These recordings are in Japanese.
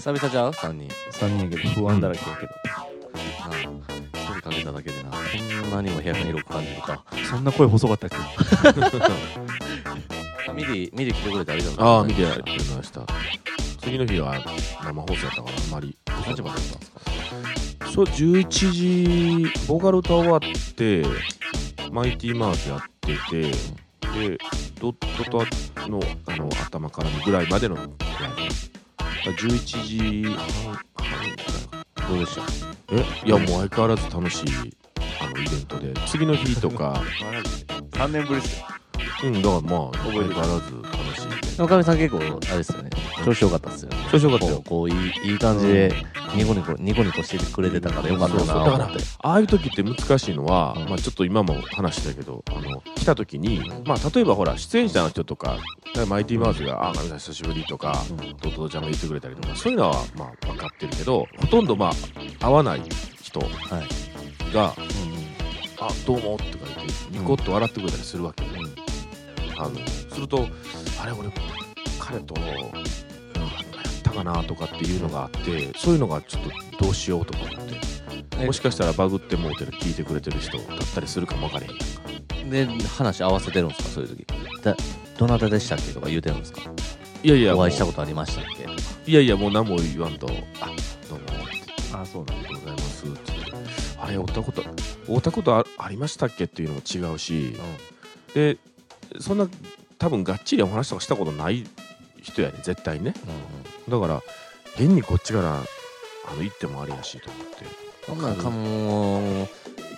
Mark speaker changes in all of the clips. Speaker 1: 久々じゃん ?3 人。
Speaker 2: 三人やけど不安だらけやけど、
Speaker 1: なあ一人かけただけでな、こんなにも部屋が広く感じるか。
Speaker 2: そんな声細かったっけ
Speaker 1: ミリ、ミリ来てくれてありがとう。
Speaker 3: ああ、見てやりました。次の日は生放送やったから、あんまり。
Speaker 1: 何時までやったんですか
Speaker 3: そう、11時、ボーカル歌終わって、マイティーマーズやってて、で、ドットとあのあの頭からぐらいまでのライブ。だから11時半、半ぐらいどうでしたえいや、もう相変わらず楽しいあのイベントで、次の日と か、
Speaker 2: 3年ぶりっす
Speaker 3: うん、だからまあ、相変
Speaker 2: えてる
Speaker 3: わらず楽しいイベント
Speaker 1: でもかみさん結構、あれですよね。調子良かったっすよね。
Speaker 3: 調子良かったよ
Speaker 1: こうこういい、いい感じで、ニコニコ、ニコニコしててくれてたからよかったな
Speaker 3: そうそうだ
Speaker 1: と思
Speaker 3: から
Speaker 1: って。
Speaker 3: ああいう時って難しいのは、
Speaker 1: うん
Speaker 3: まあ、ちょっと今も話したけどあの来た時に、まあ、例えばほら出演者の人とかマイティマウスが「ああ神さん久しぶり」とか
Speaker 1: うん
Speaker 3: 弟、ちゃんが言ってくれたりとかそういうのはまあ分かってるけどほとんどまあ会わない人が「あどうも」とか言ってニコッと笑ってくれたりするわけ、あのすると「あれ俺彼となんかやったかな」とかっていうのがあってそういうのがちょっとどうしようとか思って。
Speaker 1: え
Speaker 3: もしかしたらバグってもうてる聞いてくれてる人だったりするかもわからへんやんか
Speaker 1: で、話合わせてるんですか、そういう時。だどなたでしたっけとか言うてるんですか
Speaker 3: いやいや
Speaker 1: お会いした
Speaker 3: も
Speaker 1: ことありましたっけあ
Speaker 3: ういやいやもう何も言わんと「あどうも」あり
Speaker 2: あそうなん
Speaker 3: がとうございます」ってあれ会ったこと会ったことあありましたっけっていうのも違うし、でそんな多分がっちりお話とかしたことない人やね絶対ねだから変にこっちからあの行ってもあれやしと思って
Speaker 1: そんなんかもう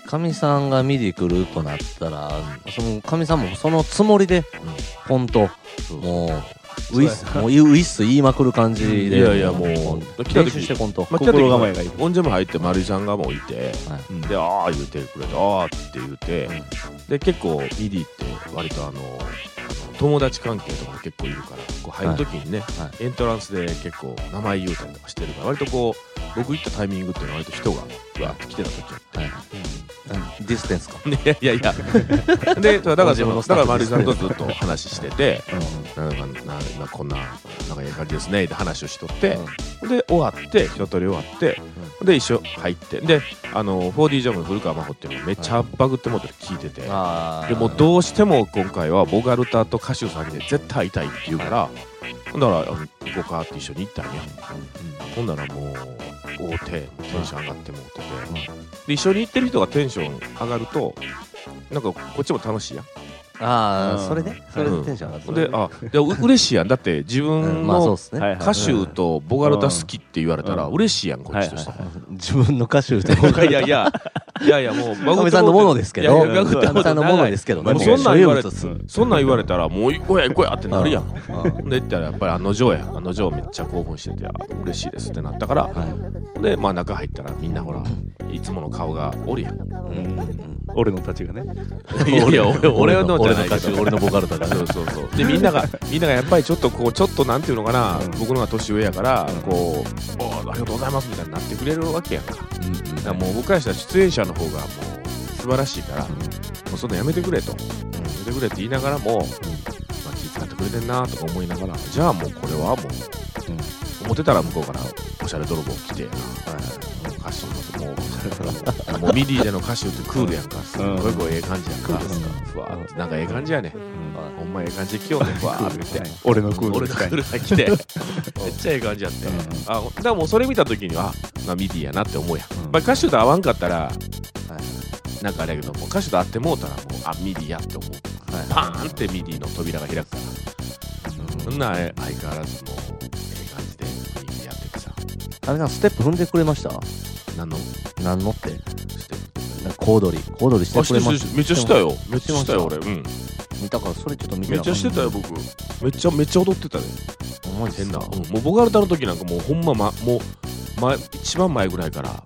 Speaker 1: かみさんが見に来るとなったらそのかみさんもそのつもりで本当もうウイスもうウイス言いまくる感じで
Speaker 3: いやいやもう来た時
Speaker 1: 練習して本当
Speaker 3: まあ来た時
Speaker 2: 心構えがいい
Speaker 3: オンジャム入って丸井さんがもういて、
Speaker 1: は
Speaker 3: うんで「ああ」言うてくれて「ああ」って言うて、
Speaker 1: うん
Speaker 3: で結構ミディって割とあのあの友達関係とかも結構いるからこう入る時にね、
Speaker 1: は
Speaker 3: エントランスで結構名前言うたりとかしてるから割とこう僕行ったタイミングっていうのは割と人がわーって来てた時やって。
Speaker 1: はいディステンスか
Speaker 3: いやいやいやでだか
Speaker 1: オン
Speaker 3: らその
Speaker 1: ジャムのス
Speaker 3: だ
Speaker 1: タ
Speaker 3: か
Speaker 1: ッ
Speaker 3: ら
Speaker 1: フ
Speaker 3: 丸
Speaker 1: で
Speaker 3: 井
Speaker 1: す
Speaker 3: さんとずっと話してて「なんかな今こんななんかいい感じですね」って話をしとって、で終わって一通り終わって、で一緒入ってであの 4D ジャムの古川真帆っていうのがめっちゃバグってもって聞いてて、
Speaker 1: あ
Speaker 3: でもうどうしても今回はボガルタと歌手さんで絶対会いたいって言うから、ほんだらあの行こうかって一緒に行ったんや、ほんだらもう会うてテンション上がってもうてて、で一緒に行ってる人がテンション上がるとなんかこっちも楽しいやん
Speaker 1: あ
Speaker 2: う
Speaker 1: あ
Speaker 2: ん
Speaker 1: それでそれでテンション上がっ
Speaker 3: ほん
Speaker 1: て
Speaker 3: であでう嬉しいやんだって自分
Speaker 1: まあそう
Speaker 3: の
Speaker 1: っすね
Speaker 2: い
Speaker 3: 歌手とボガルタ好きって言われたら
Speaker 2: うん
Speaker 3: 嬉しいやんこっちとして
Speaker 2: は
Speaker 1: 自分の歌手と
Speaker 3: いやいやいや、いやいや、もう、
Speaker 1: かみさんのものですけ
Speaker 3: い
Speaker 1: ど
Speaker 3: やいや
Speaker 2: 孫と
Speaker 1: かみさんのものですけどね
Speaker 3: もうそんなん言われ
Speaker 1: 所有物っす
Speaker 2: うん
Speaker 3: そんなん言われたら、もう行こうや行こうやってなるやん。
Speaker 1: うん
Speaker 3: で、言ったら、やっぱり、あの定や、あの定めっちゃ興奮してて、あ嬉しいですってなったから、で、まあ、中入ったら、みんなほら、いつもの顔がおるやん。
Speaker 1: うん
Speaker 2: 俺のたちがね
Speaker 3: いやいや、俺俺のじゃないけ
Speaker 1: 俺の歌手
Speaker 3: ど。
Speaker 1: 俺のボカルだから
Speaker 3: そうそうそうでみんながみんながやっぱりちょっとこうちょっとなんていうのかな、
Speaker 2: うん
Speaker 3: 僕のが年上やからこうおーありがとうございますみたいになってくれるわけやんかだからもう僕からしたら出演者の方がもう素晴らしいから、もうそんなやめてくれと、やめてくれって言いながらも、まあ、気遣ってくれてんなとか思いながらじゃあもうこれはもう、思ってたら向こうからおしゃれ泥棒来て、もう歌手のもうおしゃれ泥棒もうミディでの歌手ってクールやんか、すっごいこうええ感じやんか、ふわーってなんかええ感じやね、ほんまええ感じで来ようねふわーって来て。
Speaker 2: 俺のクール
Speaker 3: 俺のクールが来てめっちゃええ感じやって、
Speaker 2: うん
Speaker 3: あだからもうそれ見た時にはあまあミディやなって思うやん、
Speaker 2: うん
Speaker 3: まあ、歌手と会わんかったらなんかあれやけどもう歌手と会ってもうたらもうあミディやって思うパーンってミディの扉が開くからそんなえ相変わらずもうええ感じでミディやっててさ
Speaker 1: あれさんステップ踏んでくれました
Speaker 3: 何の
Speaker 1: 何のって
Speaker 3: して
Speaker 1: なんか小躍り小躍りして
Speaker 3: あ
Speaker 1: くれま
Speaker 3: し
Speaker 1: し
Speaker 3: てる
Speaker 1: た
Speaker 3: めっちゃしたよめ
Speaker 1: して
Speaker 3: っち
Speaker 1: ま
Speaker 3: ゃ
Speaker 1: し
Speaker 3: したたよ俺うん
Speaker 1: だからそれちょっと見て
Speaker 3: めっ
Speaker 1: な
Speaker 3: ち
Speaker 1: か
Speaker 3: ゃ
Speaker 1: っ
Speaker 3: してたよ僕めっちゃめっちゃ踊ってたで
Speaker 1: たお前
Speaker 3: 変な、うんもうボガルタの時なんかもうほんま、ま、もう、前一番前ぐらいから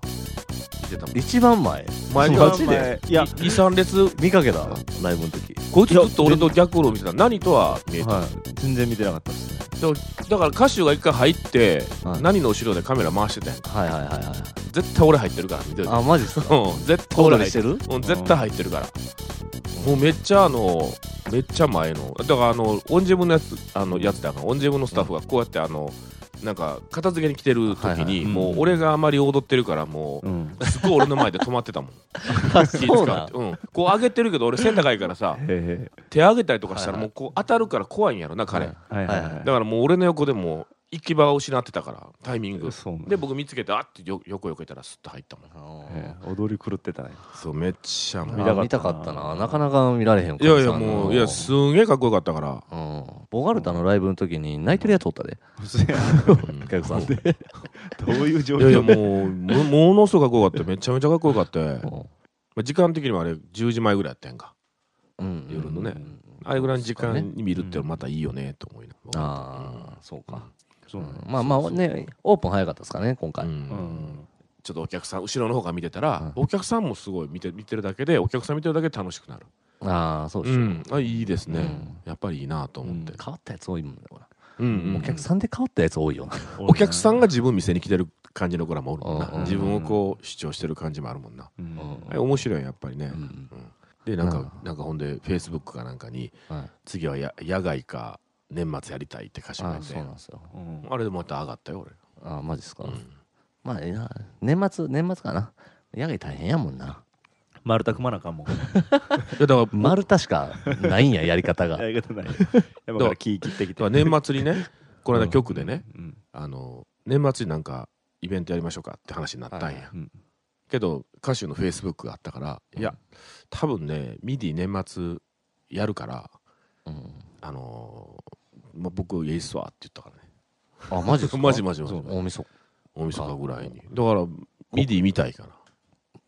Speaker 3: 見てたもん
Speaker 1: 一番前
Speaker 3: 前から
Speaker 2: マジでいや
Speaker 3: 23列
Speaker 1: 見かけたライブの時
Speaker 3: こいつずっと俺と逆路見てた何とは見えた、
Speaker 2: はい全然見てなかったですね
Speaker 3: だから歌手が一回入って、
Speaker 1: はい
Speaker 3: 何の後ろでカメラ回してたやん
Speaker 1: はいはいはいはい
Speaker 3: 絶対俺入ってるから見てる
Speaker 1: あマジっすか
Speaker 3: うん絶対
Speaker 1: 小
Speaker 3: 俺
Speaker 1: 躍り
Speaker 3: 入っ
Speaker 1: してて
Speaker 3: る
Speaker 1: る
Speaker 3: うん絶対入ってるから、もうめっちゃあのめっちゃ前のだからあのオンジェムのやつあのやつだからオンジェムのスタッフがこうやってあのなんか片付けに来てる時
Speaker 1: はいはい
Speaker 3: に
Speaker 2: うん
Speaker 3: もう俺があまり踊ってるからもう
Speaker 2: うん。
Speaker 3: すっごい俺の前で止まってたもん気 使
Speaker 1: そう
Speaker 3: っ
Speaker 1: なん
Speaker 3: て、うん、こう上げてるけど俺背高いからさ
Speaker 2: へ
Speaker 3: 手上げたりとかしたら
Speaker 1: はい
Speaker 3: も
Speaker 1: はいう
Speaker 3: こう当たるから怖いんやろな彼、
Speaker 1: はい
Speaker 2: え。はいはいは
Speaker 3: だからもう俺の横でもう行き場を失ってたからタイミング
Speaker 2: い。そうなん
Speaker 3: で
Speaker 2: だ。
Speaker 3: 僕見つけてあってよ横横いたらスッと入ったもん
Speaker 2: ええ踊り狂ってたね。
Speaker 3: そうめっちゃ
Speaker 1: あ
Speaker 3: も
Speaker 1: ー
Speaker 2: 見たかっ
Speaker 1: 見たか
Speaker 2: たな
Speaker 1: ったななかなか見られへん
Speaker 3: ういやいやもういや
Speaker 1: す
Speaker 3: すんげえかっこよかったから
Speaker 1: うんボガルタのライブの時に泣いてるやつおったで
Speaker 3: うん
Speaker 2: お客さんで。どういう状
Speaker 3: いやいや
Speaker 2: 況
Speaker 3: もうもものすごくかっこよかっためちゃめちゃかっこよかった
Speaker 1: う
Speaker 3: ま
Speaker 1: ん
Speaker 3: あ時間的にもあれ10時前ぐらいやったやんか
Speaker 1: うん
Speaker 3: 夜のねあれぐらいの時間に見るってのまたいいよねと思いな
Speaker 1: ああそうか
Speaker 2: そううん
Speaker 1: まあまあねオープン早かったですかね今
Speaker 3: う
Speaker 1: 回
Speaker 2: うんん。
Speaker 3: ちょっとお客さん後ろの方から見てたらお客さんもすごい見て見てるだけでお客さん見てるだけで楽しくなる
Speaker 1: ああそうで
Speaker 3: う
Speaker 1: しょ
Speaker 3: んあいいです
Speaker 1: う
Speaker 3: ね
Speaker 1: ん
Speaker 3: やっぱりいいなと思って
Speaker 1: 変わったやつ多いもんねほら
Speaker 3: うん
Speaker 1: お客さんで変わったやつ多いよな
Speaker 3: お客さんが自分店に来てる感じの子らもおるもん
Speaker 1: うん
Speaker 3: な
Speaker 1: うん
Speaker 3: 自分をこう主張してる感じもあるもんな
Speaker 2: うん。
Speaker 1: うん
Speaker 3: あれ面白いやっぱりね
Speaker 1: うん
Speaker 3: でなんか
Speaker 1: う
Speaker 3: なんかほんでフェイスブックかなんかに
Speaker 1: はい
Speaker 3: 次はや野外か年末やりたいって歌詞
Speaker 1: あ
Speaker 3: が
Speaker 1: あ
Speaker 3: い
Speaker 1: そ
Speaker 3: て
Speaker 1: うなんですよ
Speaker 2: うん
Speaker 3: あれでまた上がったよ
Speaker 1: ああマジですか
Speaker 3: 俺、うん
Speaker 1: まあええな年末年末かな野外大変やもんな
Speaker 2: 丸太組まなあかんもん。
Speaker 3: いやだから
Speaker 1: 丸太しかないん ややり方が
Speaker 2: やり方ない。山から木切ってきて。
Speaker 3: だから年末にねこの間局でね、
Speaker 2: うん。
Speaker 3: あの年末になんかイベントやりましょうかって話になったんや、
Speaker 1: はいはい
Speaker 2: うん
Speaker 3: けど歌手のフェイスブックがあったから、いや多分ねミディ年末やるから
Speaker 1: うん
Speaker 3: あのーまあ、僕いいっすわって言ったからね
Speaker 1: あマジっすか
Speaker 3: マジマジマジ
Speaker 1: 大晦日
Speaker 3: 大晦日ぐらいにだからミディ見たいから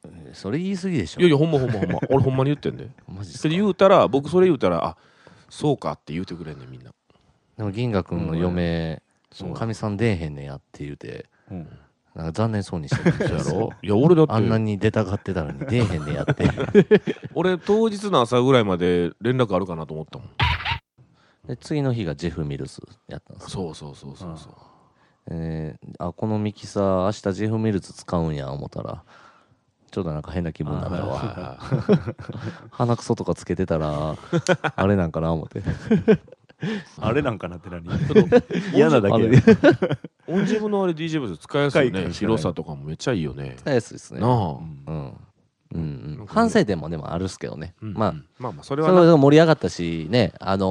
Speaker 1: えそれ言い過ぎでしょ
Speaker 3: いやいやほんまほんまほんま俺ほんまに言ってんで
Speaker 1: マジっす
Speaker 3: そ
Speaker 1: か
Speaker 3: れ言うたら僕それ言うたらあそうかって言うてくれんねんみんな
Speaker 1: でも銀河君の嫁
Speaker 3: そう
Speaker 1: かみさん出えへんねやって言うて
Speaker 2: うん
Speaker 1: なんか残念そうにしてた ん
Speaker 3: そう
Speaker 1: で
Speaker 3: や
Speaker 1: すよ
Speaker 3: ろいや俺だって
Speaker 1: あんなに出たがってたのに出えへんねやって
Speaker 3: 俺当日の朝ぐらいまで連絡あるかなと思ったもん
Speaker 1: で次の日がジェフ・ミルスやったんですよ
Speaker 3: そうそうそうそうそう
Speaker 1: えーあこのミキサー明日ジェフ・ミルツ使うんや思ったらちょっとなんか変な気分になったわ
Speaker 3: はいはい
Speaker 1: 鼻くそとかつけてたらあれなんかな思って
Speaker 2: あれなんかなって何嫌
Speaker 3: 嫌
Speaker 2: な
Speaker 3: な
Speaker 2: だ
Speaker 1: あ
Speaker 2: け
Speaker 1: れ
Speaker 2: や。
Speaker 3: 音自分のあれ DJ ブース使いやす
Speaker 2: 使
Speaker 3: い
Speaker 2: い
Speaker 3: ね
Speaker 2: やすい
Speaker 3: 広さとかもめっちゃいいよね
Speaker 1: 大好きですね
Speaker 3: なあ
Speaker 1: うんうんう
Speaker 3: なんんか
Speaker 1: 反省点もでもあるっすけどね、
Speaker 3: うん
Speaker 1: まあ
Speaker 3: まあまあそ
Speaker 1: そ
Speaker 3: れ
Speaker 1: れ
Speaker 3: はな
Speaker 1: は盛り上がったしねあのー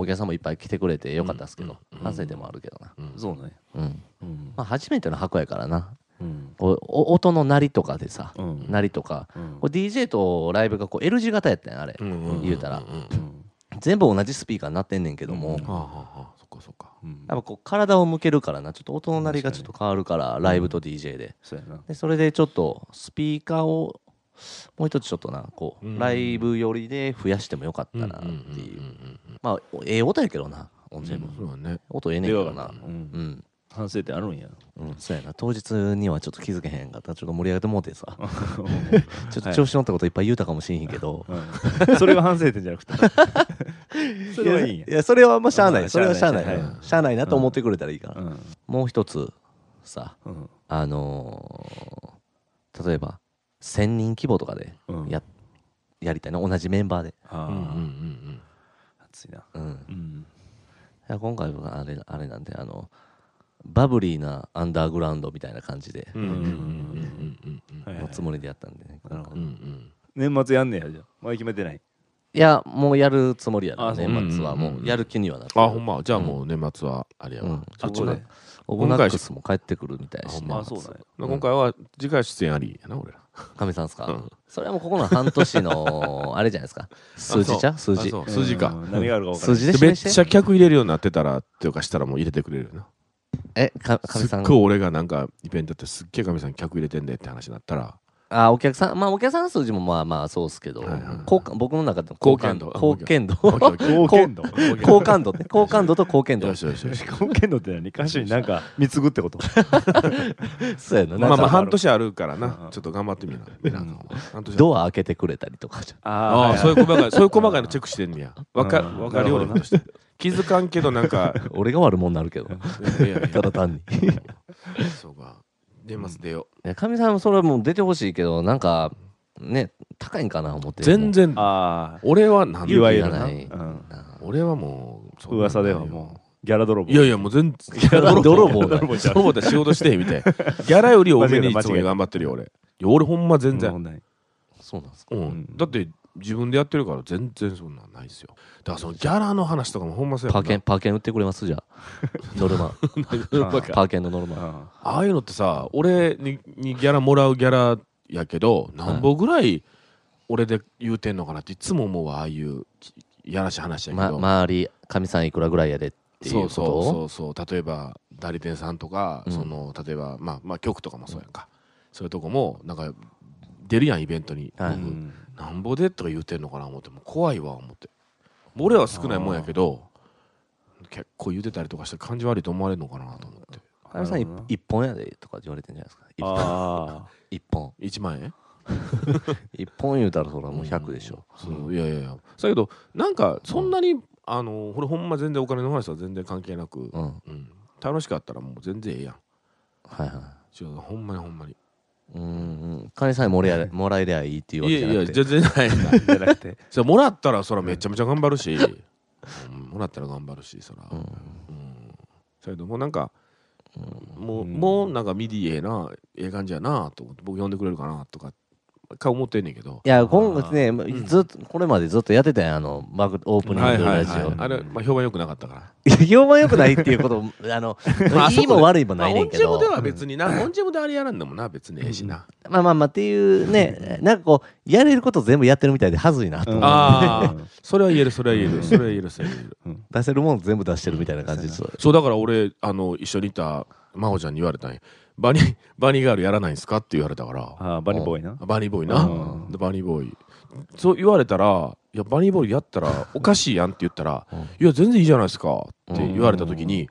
Speaker 1: お客さんもいっぱい来てくれてよかったっすけど、
Speaker 3: うんうん
Speaker 1: 反省点もあるけどな、
Speaker 3: うん
Speaker 2: そうね。
Speaker 1: うん
Speaker 2: うん
Speaker 1: まあ、初めての箱やからな
Speaker 2: うん。
Speaker 1: おお音の鳴りとかでさ、
Speaker 2: うん
Speaker 1: 鳴りとか
Speaker 2: うん
Speaker 1: これ DJ とライブがこう L 字型やったんやあれ、
Speaker 3: んんん
Speaker 1: 言うたら
Speaker 3: んんは
Speaker 2: うん
Speaker 1: 全部同じスピーカーになってんねんけども、
Speaker 2: うん
Speaker 1: や
Speaker 3: あ
Speaker 1: っ
Speaker 3: はあはあそっかそっか
Speaker 2: うん
Speaker 1: ぱこう体を向けるからなちょっと音の鳴りがちょっと変わるからライブと DJ で
Speaker 2: そうやな。
Speaker 1: でそれでちょっとスピーカーをもう一つちょっとなこ
Speaker 3: うん
Speaker 1: うライブ寄りで増やしてもよかったなっていう
Speaker 3: ん
Speaker 1: ん
Speaker 3: んん
Speaker 1: まあええ音やけどな音声も
Speaker 3: そうだね
Speaker 1: 音ええねんけどな
Speaker 2: う
Speaker 1: う
Speaker 2: ん
Speaker 1: ん
Speaker 2: 反省点あるんや。
Speaker 1: うん、そうやな当日にはちょっと気づけへんかったちょっと盛り上げてもうて さちょっと調子乗ったこといっぱい言うたかもしれへんけど、
Speaker 2: うんそれが反省点じゃなくて。 それはいいんや
Speaker 1: い。やそれはもうしゃあない、
Speaker 2: まあ
Speaker 1: それはしゃあない
Speaker 2: しゃあない
Speaker 1: うんしゃあないなと思ってくれたらいいから、
Speaker 2: うん
Speaker 1: もう一つさ
Speaker 2: うん
Speaker 1: あのー例えば1,000人規模とかで
Speaker 2: うん
Speaker 1: や,、やりたいな同じメンバーで、
Speaker 2: あ
Speaker 3: うんうんうんう
Speaker 2: ー
Speaker 3: ん
Speaker 2: 熱いな。
Speaker 1: うん、
Speaker 2: うん。
Speaker 1: いや今回はあれあれなんであのバブリーなアンダーグラウンドみたいな感じで
Speaker 3: うんうんうんうんうんう
Speaker 2: は
Speaker 3: ん
Speaker 2: いはい
Speaker 1: のつもりでやったんでね、
Speaker 2: なるほど
Speaker 3: うんうん
Speaker 2: 年末やんねやじゃあ。まだ決めてない。
Speaker 1: いやもうやるつもりやね
Speaker 2: あそう
Speaker 1: 年末は
Speaker 3: うんうんうん
Speaker 1: もうやる気にはなってる
Speaker 3: あほんまじゃあもう年末はあれやわ、
Speaker 1: うん
Speaker 3: そっち
Speaker 2: こ
Speaker 3: な
Speaker 2: で
Speaker 1: オブナックスも帰ってくるみたい
Speaker 3: あ
Speaker 1: し、
Speaker 3: ほん
Speaker 1: ね
Speaker 3: ま、
Speaker 2: あ、そうだね。
Speaker 3: な今回は次回出演ありやな俺ら
Speaker 1: かみさんですか、
Speaker 3: うん
Speaker 1: それはもうここの半年のあれじゃないですか数字ちゃう
Speaker 3: あ
Speaker 1: 数
Speaker 3: そう
Speaker 1: 字
Speaker 3: あそう数字か、
Speaker 2: うん何があるか分から
Speaker 1: 数
Speaker 2: な
Speaker 1: 字で
Speaker 2: い。
Speaker 3: でめっ
Speaker 1: 示し
Speaker 3: ち
Speaker 1: て
Speaker 3: ゃ客入れるようになってたらっていうかしたらもう入れてくれるよな
Speaker 1: えかか
Speaker 3: す
Speaker 1: み
Speaker 3: っ
Speaker 1: さん
Speaker 3: ごい俺がなんかイベントやってすっげえかみさん客入れてんでって話になったら
Speaker 1: あお客さんまあお客さんの数字もまあまあそうっすけど、
Speaker 3: はいはいはい
Speaker 1: 好感僕の中での好
Speaker 3: 貢献
Speaker 1: 感
Speaker 3: 度
Speaker 1: 度貢献度
Speaker 3: オッケ ーオッケ
Speaker 2: 貢
Speaker 3: ー
Speaker 2: 献度
Speaker 1: 好感度ね好感度と貢献度
Speaker 3: よしよ しよし
Speaker 2: 貢献度って何歌手になんか貢ぐってこと
Speaker 1: そうやな
Speaker 3: ま
Speaker 1: な
Speaker 3: あ
Speaker 1: ん
Speaker 3: ま
Speaker 1: か
Speaker 3: あ半年あるから
Speaker 2: う
Speaker 3: なんちょっと頑張ってみなみな半年ある
Speaker 1: ドア開けてくれたりとかじゃん
Speaker 3: ああ
Speaker 2: あ
Speaker 3: そういう細かいそういう細かいのチェックしてんねやわか
Speaker 2: うん
Speaker 3: わかるようにとして気づかんけどなんか
Speaker 1: 俺が悪者になるけど
Speaker 3: いやいや
Speaker 1: ただ単に
Speaker 3: そうか年末出よう
Speaker 1: かみさんもそれはもう出てほしいけどなんかね高いんかな思って
Speaker 3: 全然
Speaker 2: ああ
Speaker 3: 俺はなん
Speaker 2: いわゆ
Speaker 1: が
Speaker 2: るな
Speaker 1: な
Speaker 2: う
Speaker 1: い
Speaker 2: ん
Speaker 3: 俺はもうそんな
Speaker 2: 噂ではもギャラ泥棒
Speaker 3: いやいや、もう全然。ギ
Speaker 1: ャラ泥棒だ
Speaker 2: 泥棒じゃん
Speaker 3: 泥棒だ仕事してみたい。ギャラより多めにいつも頑張ってるよ、俺。いや、俺ほんま全然。
Speaker 2: 問題ない
Speaker 1: そうなんですか
Speaker 3: うん。
Speaker 2: うん
Speaker 3: だって、自分でやってるから全然そんなんないですよ。だからそのギャラの話とかもほんまそうや
Speaker 1: パ
Speaker 3: も
Speaker 1: ー
Speaker 3: ん
Speaker 1: ケ
Speaker 3: な
Speaker 1: ンパーケン売ってくれますじゃ あノルマ パーケンのノルマ
Speaker 2: あ
Speaker 3: ああいうのってさ、俺ににギャラもらうギャラやけど、何本ぐらい俺で言うてんのかなっていつも思うわ、ああいうきやらしい話やけ
Speaker 1: ま
Speaker 3: ど。
Speaker 1: 周りかみさんいくらぐらいやでっていう
Speaker 3: そ
Speaker 1: こと
Speaker 3: うそうそうそう例えば代理店さんとか、
Speaker 1: うん
Speaker 3: その例えば、まあ、まあ局とかもそうやんか、そういうとこもなんか出るやんイベントに、
Speaker 1: はい
Speaker 3: 僕
Speaker 2: ん
Speaker 3: なんぼでとか言うてんのかな思ってもう怖いわ思って俺らは少ないもんやけど結構言うてたりとかして感じ悪いと思われるのかなと思って
Speaker 1: かみさんい
Speaker 2: なるほどな
Speaker 1: 一本やでとか言われてんじゃないですか一本
Speaker 2: あ
Speaker 1: 一本
Speaker 3: 1万円
Speaker 1: 一本言うたらそらもう100でしょ、
Speaker 3: そういやいやいやだけどなんかそんなに、あのこれほんま全然お金の話とは全然関係なく、
Speaker 1: うん
Speaker 3: うん楽しかったらもう全然ええやん
Speaker 1: はいはい
Speaker 3: 違うほんまにほんまに
Speaker 1: うんうん金さえもらえ りゃもらえりゃいいっていうわ
Speaker 3: い
Speaker 1: け
Speaker 3: や
Speaker 1: じゃ
Speaker 3: いや
Speaker 1: なくて
Speaker 3: 全然ない
Speaker 2: あじゃなくて
Speaker 3: それもらったらそらめちゃめちゃ頑張るし、うんもらったら頑張るしそら、うんそれともうなんか、もうもうなんかミディええなええ感じやなと思って僕呼んでくれるかなとかか思ってんねんけど
Speaker 1: いや今月ねまずっとこれまでずっとやってたやんあのバグオープニン
Speaker 3: はい
Speaker 1: グ
Speaker 3: は
Speaker 1: ラ
Speaker 3: い
Speaker 1: ジ
Speaker 3: はい
Speaker 1: オ
Speaker 3: あれ、まあ、評判良くなかったから
Speaker 1: いや 評判良くないっていうこと もあの
Speaker 3: まあ
Speaker 1: いいも悪いもない
Speaker 3: ま
Speaker 1: ね
Speaker 3: あオ
Speaker 1: ん
Speaker 3: ン
Speaker 1: け
Speaker 3: ジェム
Speaker 1: ど
Speaker 3: では別になオンジェムであれやらんでもな別にええしな、
Speaker 1: まあまあまあっていうねなんかこうやれること全部やってるみたいではずいなと
Speaker 2: うん
Speaker 1: 思う
Speaker 3: ああそれは言えるそれは言えるそれは言えるそれは言える
Speaker 1: 出せるもん全部出してるみたいな感じです
Speaker 3: そうだから俺あの一緒にいた真帆ちゃんに言われたんやバニバニーガールやらないんすかって言われたから
Speaker 2: あーバニーボーイな
Speaker 3: バニーボーイな、
Speaker 2: う
Speaker 3: でバニーボーイそう言われたら「いやバニーボーイやったらおかしいやん」って言ったら「
Speaker 1: うん
Speaker 3: いや全然いいじゃないですか」って言われた時に、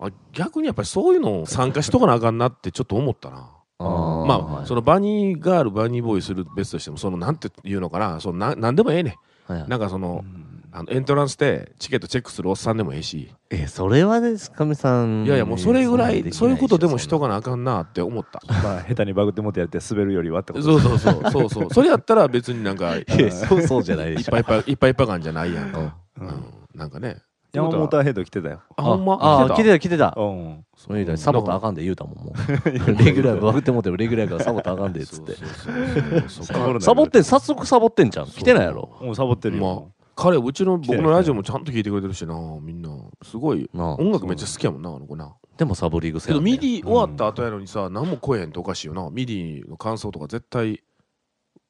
Speaker 3: あ逆にやっぱりそういうのを参加しとかなあかんなってちょっと思ったな。
Speaker 1: あー
Speaker 3: まあ、
Speaker 1: はい
Speaker 3: そのバニーガールバニーボーイする別としてもそのなんていうのかなそのななんでもええね
Speaker 1: はいはい
Speaker 3: んなんかその,、あのエントランスでチケットチェックするおっさんでもええし、
Speaker 1: えそれはですかみさん
Speaker 3: いやいやもうそれぐらい、
Speaker 1: できな
Speaker 3: そういうことでもしと
Speaker 1: が
Speaker 3: かなあかんなって思った
Speaker 2: まあ下手にバグって持ってやって滑るよりはってこと
Speaker 3: そうそうそうそうそうそれやったら別になん かいっ
Speaker 1: いやそうそうじゃないでしょ
Speaker 3: ぱいい っぱいいっぱいいっぱい感じゃないやんか、
Speaker 2: う
Speaker 3: うんん、なんかね。
Speaker 2: 山本ヘッド来てたよ
Speaker 3: あ、ほんま
Speaker 1: ああ来てた来てた
Speaker 2: うん
Speaker 1: そう言うたらサボったらあかんで言う たもんもうレギュラーが悪って思ってもレギュラーからサボったらあかんでっつって
Speaker 3: そう そうそう。
Speaker 1: サボってん早速サボってんじゃん来てないやろ
Speaker 2: もうサボってる
Speaker 3: まあ
Speaker 2: よ、
Speaker 3: 彼、うちの僕のラジオもちゃんと聞いてくれてるしな、みんな。すごい。
Speaker 1: なあ
Speaker 3: 音楽めっちゃ好きやもんな、あの子な。
Speaker 1: でもサボり癖
Speaker 3: け
Speaker 1: や
Speaker 3: ど、
Speaker 1: んね
Speaker 3: ミディ終わった後やのにさ、何も声へんとおかしいよな。ミディの感想とか絶対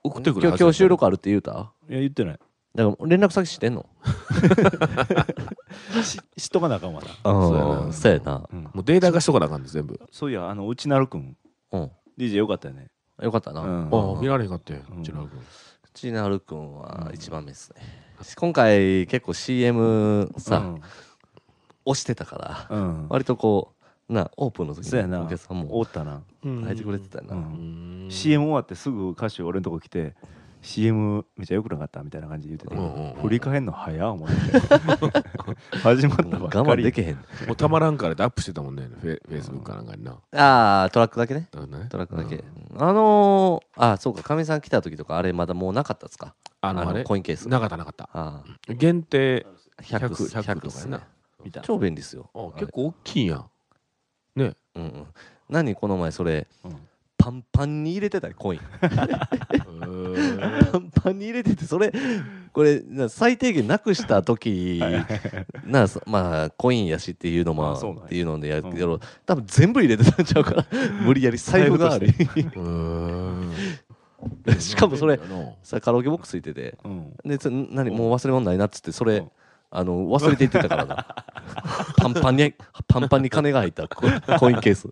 Speaker 3: 送ってくる
Speaker 1: 今日今日収録あるって言うた
Speaker 2: いや言ってない
Speaker 1: だから連絡先知ってんの
Speaker 2: し知っとかなあかんわな
Speaker 1: うんそうやな
Speaker 2: うん
Speaker 3: もうデータ化しとかなあかんで、全部。
Speaker 2: そういやあの内なるくん
Speaker 1: うん
Speaker 2: DJ よかったよね
Speaker 1: よかったな、
Speaker 2: うん
Speaker 3: ああ、見られへんかったよ、
Speaker 2: うん
Speaker 3: ジェラル君。
Speaker 1: ちなるくんは一番目ですね、今回結構 CM さ、押してたから、
Speaker 2: うんうん
Speaker 1: 割とこうなオープンの時
Speaker 2: そうや
Speaker 1: に
Speaker 2: な
Speaker 1: お客さん
Speaker 2: お
Speaker 1: も
Speaker 2: ったな
Speaker 1: 入ってくれてたな、
Speaker 2: うん
Speaker 3: うん。
Speaker 2: CM 終わってすぐ歌手俺のとこ来て CM めちゃ良くなかったみたいな感じで言ってて、
Speaker 3: うんうんうん
Speaker 2: 振り返んの早っ思って始まったばっかり
Speaker 1: 我慢できへん
Speaker 3: もうたまらんからでアップしてたもんね、フェフェイスブックかなんかにな。
Speaker 1: ああトラックだけね
Speaker 3: だからね
Speaker 1: トラックだけ、あのー、あそうかかみさん来た時とかあれまだもうなかったっすか
Speaker 3: あの、あれ
Speaker 1: コインケース
Speaker 3: なかったなかった。
Speaker 1: あ
Speaker 3: 限定
Speaker 1: あ
Speaker 3: 100
Speaker 1: 100 100
Speaker 3: 100
Speaker 1: っ
Speaker 3: とか
Speaker 1: す
Speaker 3: や
Speaker 1: ね
Speaker 3: な。
Speaker 2: 見た
Speaker 1: 超便利ですよ
Speaker 3: あ結構大きいんやんね
Speaker 1: うんうん何この前それ
Speaker 2: うん
Speaker 1: パンパンに入れてたよコインパンパンに入れててそれこれな最低限なくした時なあそまあコインやしっていうのも
Speaker 2: あそうなんや
Speaker 1: っていうのでやるけど多分全部入れてたんちゃうから無理やり財布代わりに しかもそれさカラオケボックスついてて
Speaker 2: うん
Speaker 1: でつ何もう忘れ物ないなっつってそれ
Speaker 2: うん
Speaker 1: あの忘れていってたから なパンパンにパンパンに金が入ったココインケース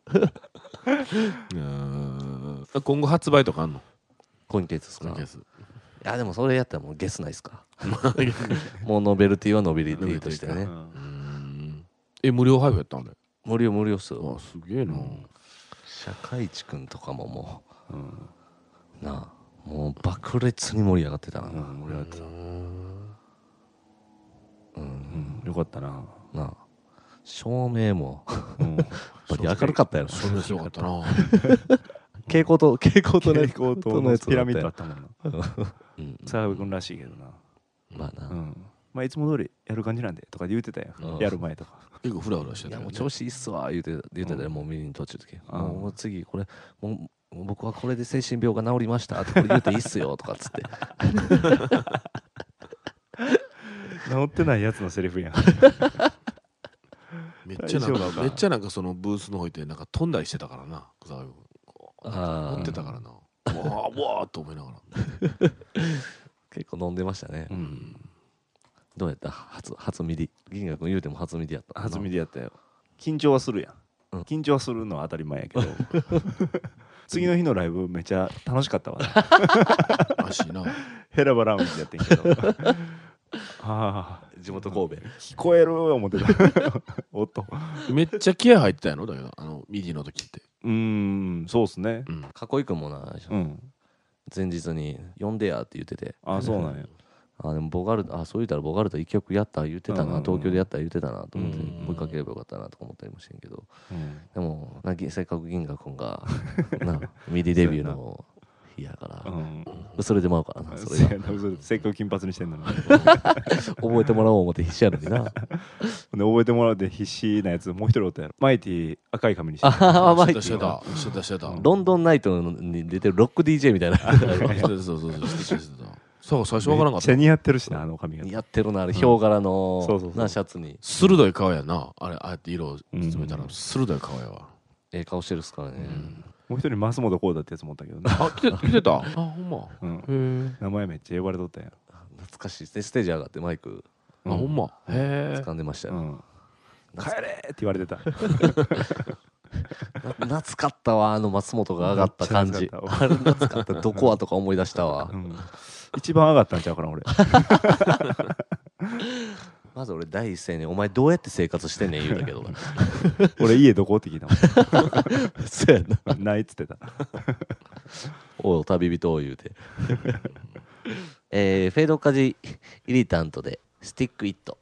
Speaker 3: 今後発売とかあんの
Speaker 1: コインケースです
Speaker 3: コイ
Speaker 1: か
Speaker 3: ンケース
Speaker 1: いやでもそれやったらもうゲスないっすかもうノベルティはノベルティとして
Speaker 3: ノベ
Speaker 1: ね
Speaker 2: うん
Speaker 3: え無料配布やったんだよ
Speaker 1: 無料無料っすよ
Speaker 3: あすげえな
Speaker 1: 社会地君とかもも
Speaker 2: うん
Speaker 1: うなあもう爆裂に盛り上がってたな、
Speaker 2: うん俺はやってたうんよかったな
Speaker 1: なあ照明も
Speaker 2: うん
Speaker 1: バキ明るかったやろ
Speaker 3: それすごかったな
Speaker 1: 蛍光灯蛍光灯のや
Speaker 2: 蛍
Speaker 1: つ
Speaker 2: 光灯
Speaker 1: のや
Speaker 2: の
Speaker 1: つ
Speaker 2: ピラミッドあったもんな
Speaker 1: うん
Speaker 2: 澤部君らしいけどな
Speaker 1: まあな、
Speaker 2: うんまあ、いつも通りやる感じなんでとか言ってたや
Speaker 1: うん
Speaker 2: んやる前とか
Speaker 3: 結構フラフラして
Speaker 1: い
Speaker 3: た
Speaker 1: や
Speaker 3: よ
Speaker 1: もう
Speaker 3: ね
Speaker 1: 調子いいっすわ言うて言うてたら
Speaker 2: うん
Speaker 1: もう見に途中で、
Speaker 2: うん
Speaker 1: もう次これもう僕はこれで精神病が治りましたってこれ言うていいっすよとかっ つって
Speaker 2: 治ってないやつのセリフやん
Speaker 3: めっちゃな
Speaker 2: 大丈
Speaker 3: ん
Speaker 2: 夫
Speaker 3: か
Speaker 2: か
Speaker 3: めっちゃなんかそのブースの方いてなんか飛んだりしてたからな草薙君こう
Speaker 1: あー
Speaker 3: 持ってたからなわあわあと思いながら
Speaker 1: 結構飲んでましたね、どうやった初初ミリ銀河君言うても初ミリやった
Speaker 2: 初見
Speaker 1: リ
Speaker 2: でやったよ緊張はするやん、
Speaker 1: うん
Speaker 2: 緊張はするのは当たり前やけど 次の日のライブめっちゃ楽しかったわな
Speaker 3: らしいな
Speaker 2: ヘラバラウンジやってんけどああ
Speaker 1: 地元神戸
Speaker 2: 聞こえる思 ってた音
Speaker 3: めっちゃ気合入ってたやろだけどあのミディの時って
Speaker 2: うーんそうっすね
Speaker 3: うん
Speaker 1: 囲い君もな、
Speaker 2: うん
Speaker 1: 前日に「呼んでや」って言ってて
Speaker 2: あそうなんや
Speaker 1: あでもボガルあそう言ったらボガルト一曲やった言ってた
Speaker 2: うんうん
Speaker 1: な
Speaker 2: うん
Speaker 1: 東京でやった言ってたなと思って
Speaker 2: うん
Speaker 3: うん
Speaker 1: 追いかければよかったなとか思ったりもしてんけど
Speaker 2: うん
Speaker 1: でもなぎせっかく銀河君 がなミディデビューの日やからそれでまうからなそ
Speaker 2: そ
Speaker 1: れが
Speaker 2: やなそれせっかく金髪にしてんのにで
Speaker 1: 覚えてもらおう思って必死やのに な
Speaker 2: 覚えてもらうって必死なやつもう一人おったやろマイティ赤い髪にして
Speaker 1: あははマイテ
Speaker 3: して
Speaker 1: ィ
Speaker 3: た
Speaker 1: は
Speaker 3: してたしてたしてた
Speaker 1: ロンドンナイトに出てるロック DJ みたいな
Speaker 3: そうそうそうそうしてたしてたそう最初わからんか
Speaker 2: めっ
Speaker 3: っ
Speaker 2: ちゃ
Speaker 3: た
Speaker 2: 似合ってるしなあの髪型
Speaker 1: やってるなあれヒョウ柄の
Speaker 2: そうそうそう
Speaker 1: なシャツに
Speaker 3: 鋭い顔やなあれああやって色を詰めたら鋭い顔やわ
Speaker 1: ええ顔してるっすからね
Speaker 2: もう一人増本こうだってやつもおったけどな、
Speaker 3: あ来て来てたあほんま
Speaker 2: うん、
Speaker 3: へえ
Speaker 2: 名前めっちゃ呼ばれとったやん
Speaker 1: 懐かしいですねステージ上がってマイク
Speaker 3: あほんまへえ
Speaker 1: 掴んでましたよ
Speaker 2: うん、帰れって言われてた
Speaker 1: な懐かったわあの松本が上がった感
Speaker 2: めっ
Speaker 1: じ
Speaker 2: ちゃ
Speaker 1: あれ懐かったどこはとか思い出したわ
Speaker 2: うん一番上がったんちゃうかな俺
Speaker 1: まず俺第一声に「お前どうやって生活してんねん」言うたけどな
Speaker 2: 俺家どこって聞いた も
Speaker 1: そうやなん
Speaker 2: ないっつってた
Speaker 1: 「おう旅人を」言うて えーフェードカジイリタントで「スティックイット」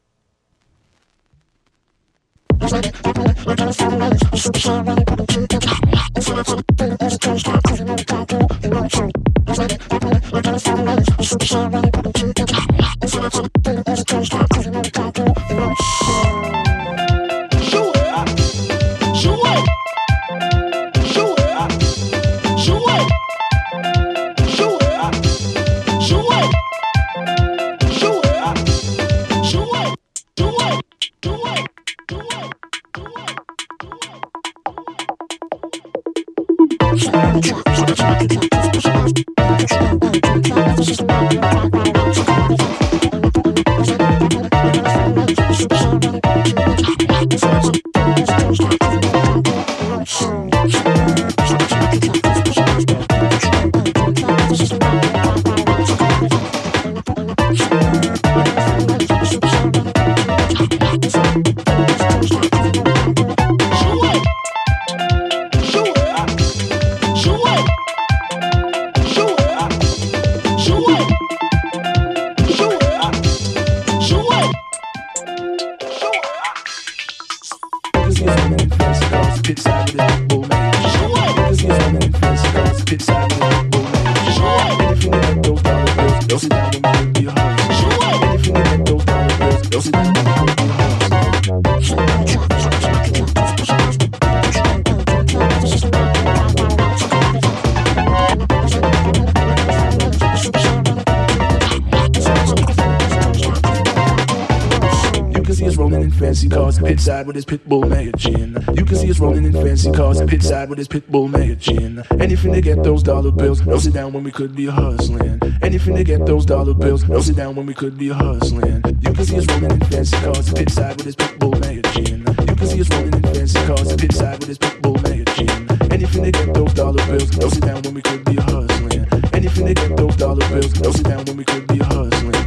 Speaker 4: You can see us rolling in fancy cars, pit side with his pit bull magazine. You can see us rolling in fancy cars, pit side with his pit bull magazine. Anything to get those dollar bills, no sit down when we could be hustling. Anything to get those dollar bills, no sit down when we could be hustling. You can see us rolling in fancy cars, pit side with his pit bull magazine. You can see us rolling in fancy cars, pit side with his pit bull magazine. Anything to get those dollar bills, no sit down when we could be hustling. Anything to get those dollar bills, no sit down when we could be hustling.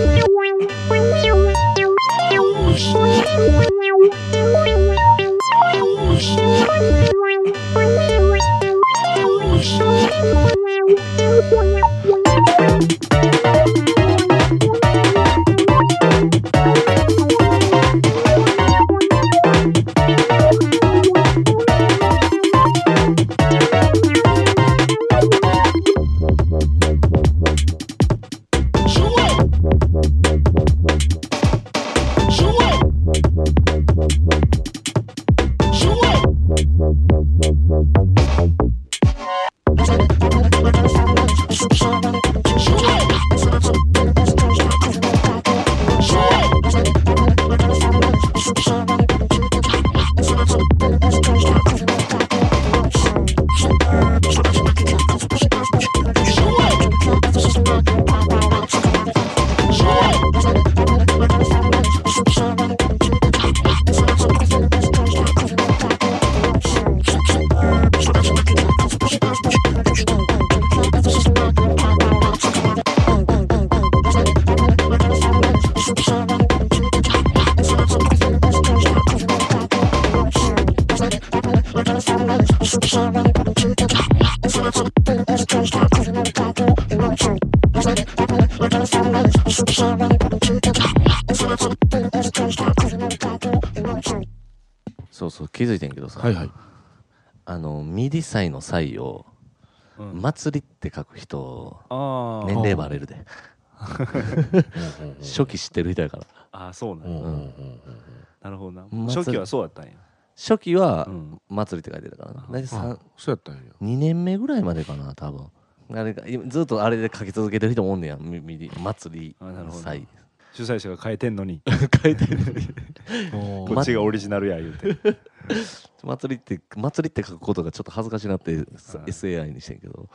Speaker 5: Shoot it!
Speaker 1: そうそう気づいてんけどさ、
Speaker 3: はいはい。
Speaker 1: あのミディ祭の祭を
Speaker 2: うん
Speaker 1: 祭りって書く人
Speaker 2: ああ
Speaker 1: 年齢バレるで初期知ってる人やから
Speaker 2: ああそうなん
Speaker 3: うん
Speaker 2: や
Speaker 3: うんうん
Speaker 2: なるほどな
Speaker 1: 祭
Speaker 2: 初期はそうだったんや
Speaker 1: 初期は
Speaker 2: うん
Speaker 1: 祭りって書いてたからな大体
Speaker 3: あ
Speaker 1: 三
Speaker 3: そうやったんや。
Speaker 1: 2年目ぐらいまでかな多分あれが今ずっとあれで書き続けてる人もおんねやみみ祭り
Speaker 2: あなるほど
Speaker 1: 祭
Speaker 2: 主催者が変えてんのに
Speaker 1: ま
Speaker 2: こっちがオリジナルや言うて
Speaker 1: 祭りって祭りって書くことがちょっと恥ずかしなってさ
Speaker 2: はい
Speaker 1: SAI にしてんけど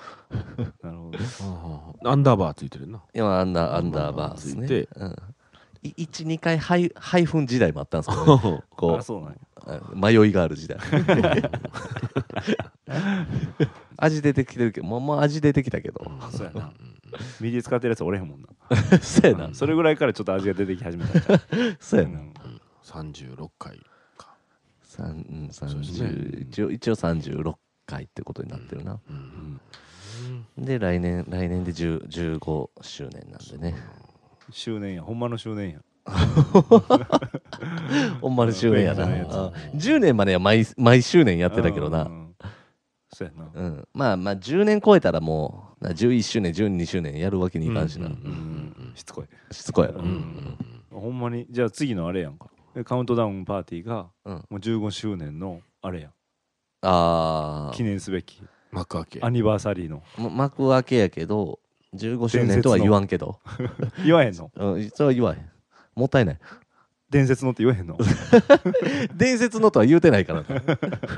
Speaker 2: なるほど
Speaker 3: アンダーバーついてるな。
Speaker 1: 今アンダーアンダーバーですね
Speaker 3: ついて
Speaker 1: うんい12回ハイハイフン時代もあったんですけど、ね、こ
Speaker 2: あそうなんや
Speaker 1: う迷いがある時 代味出てきてるけどもうもう味出てきたけど
Speaker 2: そうやなミディ使ってるやつおれへんもんな
Speaker 1: そうやな
Speaker 2: うんそれぐらいからちょっと味が出てき始めたんちゃう
Speaker 1: そうや
Speaker 2: う
Speaker 1: なん
Speaker 3: 36回か。
Speaker 1: 三うん
Speaker 3: うです
Speaker 1: 30
Speaker 3: ね
Speaker 1: 一応一応36回ってことになってるな
Speaker 3: うん
Speaker 1: で来年来年で10 15周年なんでね
Speaker 2: 周年やほんまの周年や
Speaker 1: ほんまに周年やな
Speaker 2: うんやつ
Speaker 1: あ10年までは毎毎周年や
Speaker 2: や
Speaker 1: ってたけどな
Speaker 2: そうやな
Speaker 1: うん、まあまあ10年超えたらもうな11周年12周年やるわけにいかんしな、
Speaker 2: うんしつこい
Speaker 1: しつこいやろ、
Speaker 2: うんほんまにじゃあ次のあれやんかでカウントダウンパーティーが
Speaker 1: うん
Speaker 2: もう15周年のあれやん
Speaker 1: あ
Speaker 2: 記念すべき
Speaker 3: 幕開け
Speaker 2: ア。ニバーサリーの
Speaker 1: あ幕開けやけど15周年とは言わんけど、
Speaker 2: 言わへんの
Speaker 1: うん、それは言わへんもったいない
Speaker 2: 伝説のって言わへんの
Speaker 1: 伝説のとは言うてないからな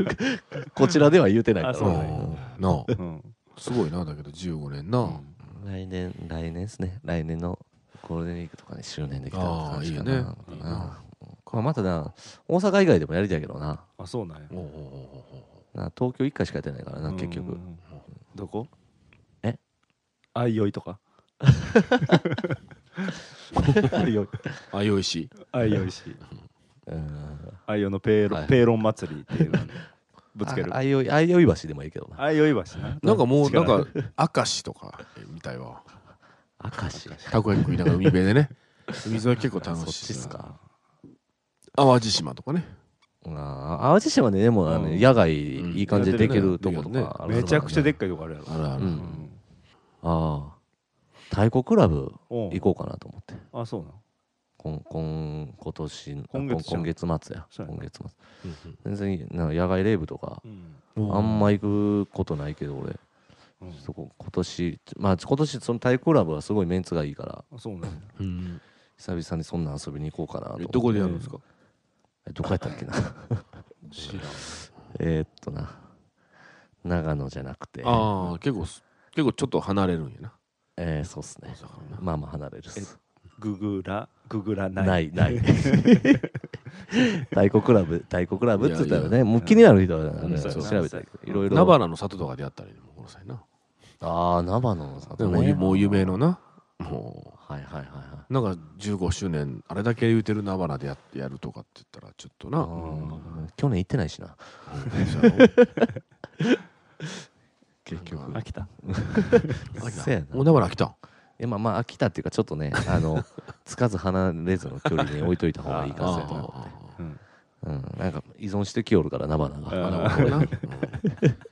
Speaker 1: こちらでは言うてないから
Speaker 2: あ
Speaker 1: な
Speaker 2: そうなんや
Speaker 1: ん
Speaker 3: なあ
Speaker 2: うん
Speaker 3: すごいな、だけど15年な。
Speaker 1: 来年来年ですね来年のゴールデンウィークとかに周年できたら
Speaker 3: あ
Speaker 1: 感
Speaker 3: あ
Speaker 1: じか
Speaker 3: いいね
Speaker 1: なうんまあ、またな大阪以外でもやりたいけどな
Speaker 2: あそうなんや
Speaker 3: おうおうおうおう
Speaker 1: な東京1回しかやってないからな結
Speaker 2: う
Speaker 1: 局
Speaker 2: んどこ
Speaker 1: え
Speaker 2: あいおい とかあいおい
Speaker 3: あ、よいし。
Speaker 2: あいおいし
Speaker 1: うん
Speaker 2: あいおのペーロ、
Speaker 1: はい
Speaker 2: ペーロン祭りっていうのにぶつける
Speaker 1: ああいおいあいおい橋でもいいけどな
Speaker 2: あいおい橋な
Speaker 3: なんかもう、な
Speaker 2: 力
Speaker 3: んか、明石とかみたいわ。
Speaker 1: 明石
Speaker 3: たこ焼き食いながら海辺でね。海沿い結構楽し
Speaker 1: そ
Speaker 3: い。
Speaker 1: っちっすか
Speaker 3: 淡路島とかね。
Speaker 1: あー淡路島ででもあの
Speaker 2: うん
Speaker 1: 野外いい感じでできると
Speaker 3: うん
Speaker 1: ことかあるから
Speaker 2: めちゃくちゃでっ
Speaker 1: ね
Speaker 2: かいとこあるやろ
Speaker 3: あるあ
Speaker 1: う
Speaker 3: る。
Speaker 1: んああ太鼓クラブ
Speaker 2: おう
Speaker 1: 行こうかなと思って
Speaker 2: あそうなの
Speaker 1: 今今今年
Speaker 2: 今月じゃん
Speaker 1: 今月末や
Speaker 2: そうやな
Speaker 1: 今月末全然いいなんか野外レイブとか
Speaker 2: うん
Speaker 1: あんま行くことないけど俺
Speaker 2: うん
Speaker 1: そこ今年まあ今年その太鼓クラブはすごいメンツがいいから
Speaker 2: あそうなんや
Speaker 3: うん。
Speaker 1: 久々にそんなん遊びに行こうかな
Speaker 3: え
Speaker 1: と
Speaker 3: どこでやるんですか
Speaker 1: えどこやったっけな
Speaker 3: 知らん
Speaker 1: えーっとな長野じゃなくて
Speaker 3: ああ、結構す、結構ちょっと離れるんやな。
Speaker 1: えーそうっすね
Speaker 3: だからな
Speaker 1: まあまあ離れるっす
Speaker 2: ググラググラない
Speaker 1: ないない 太鼓クラブ太鼓クラブっつったら
Speaker 3: い
Speaker 1: ね
Speaker 3: や
Speaker 1: もう気になる人はね
Speaker 3: うん
Speaker 1: そう
Speaker 3: そう
Speaker 1: 調べたりいろいろ
Speaker 3: 菜花の里とかでやったらいいのもこの際な。
Speaker 1: ああ長野の里
Speaker 3: でも
Speaker 1: ね
Speaker 3: うもう有名のな。も、
Speaker 1: はいはいはいはいう
Speaker 3: なんか15周年、あれだけ言うてる菜花でやってやるとかって言ったら、ちょっとな。
Speaker 1: あー去年行ってないしな
Speaker 3: うんそうやろ
Speaker 2: 結局
Speaker 3: あ
Speaker 2: 飽きた
Speaker 1: そうやな
Speaker 3: おなばら来たん
Speaker 1: えまあまあ飽きたっていうかちょっとねあ のつかず離れずの距離に置いといた方がいいかそうやなうん、なんか依存してきよるからナバナが
Speaker 3: あなるほどなうん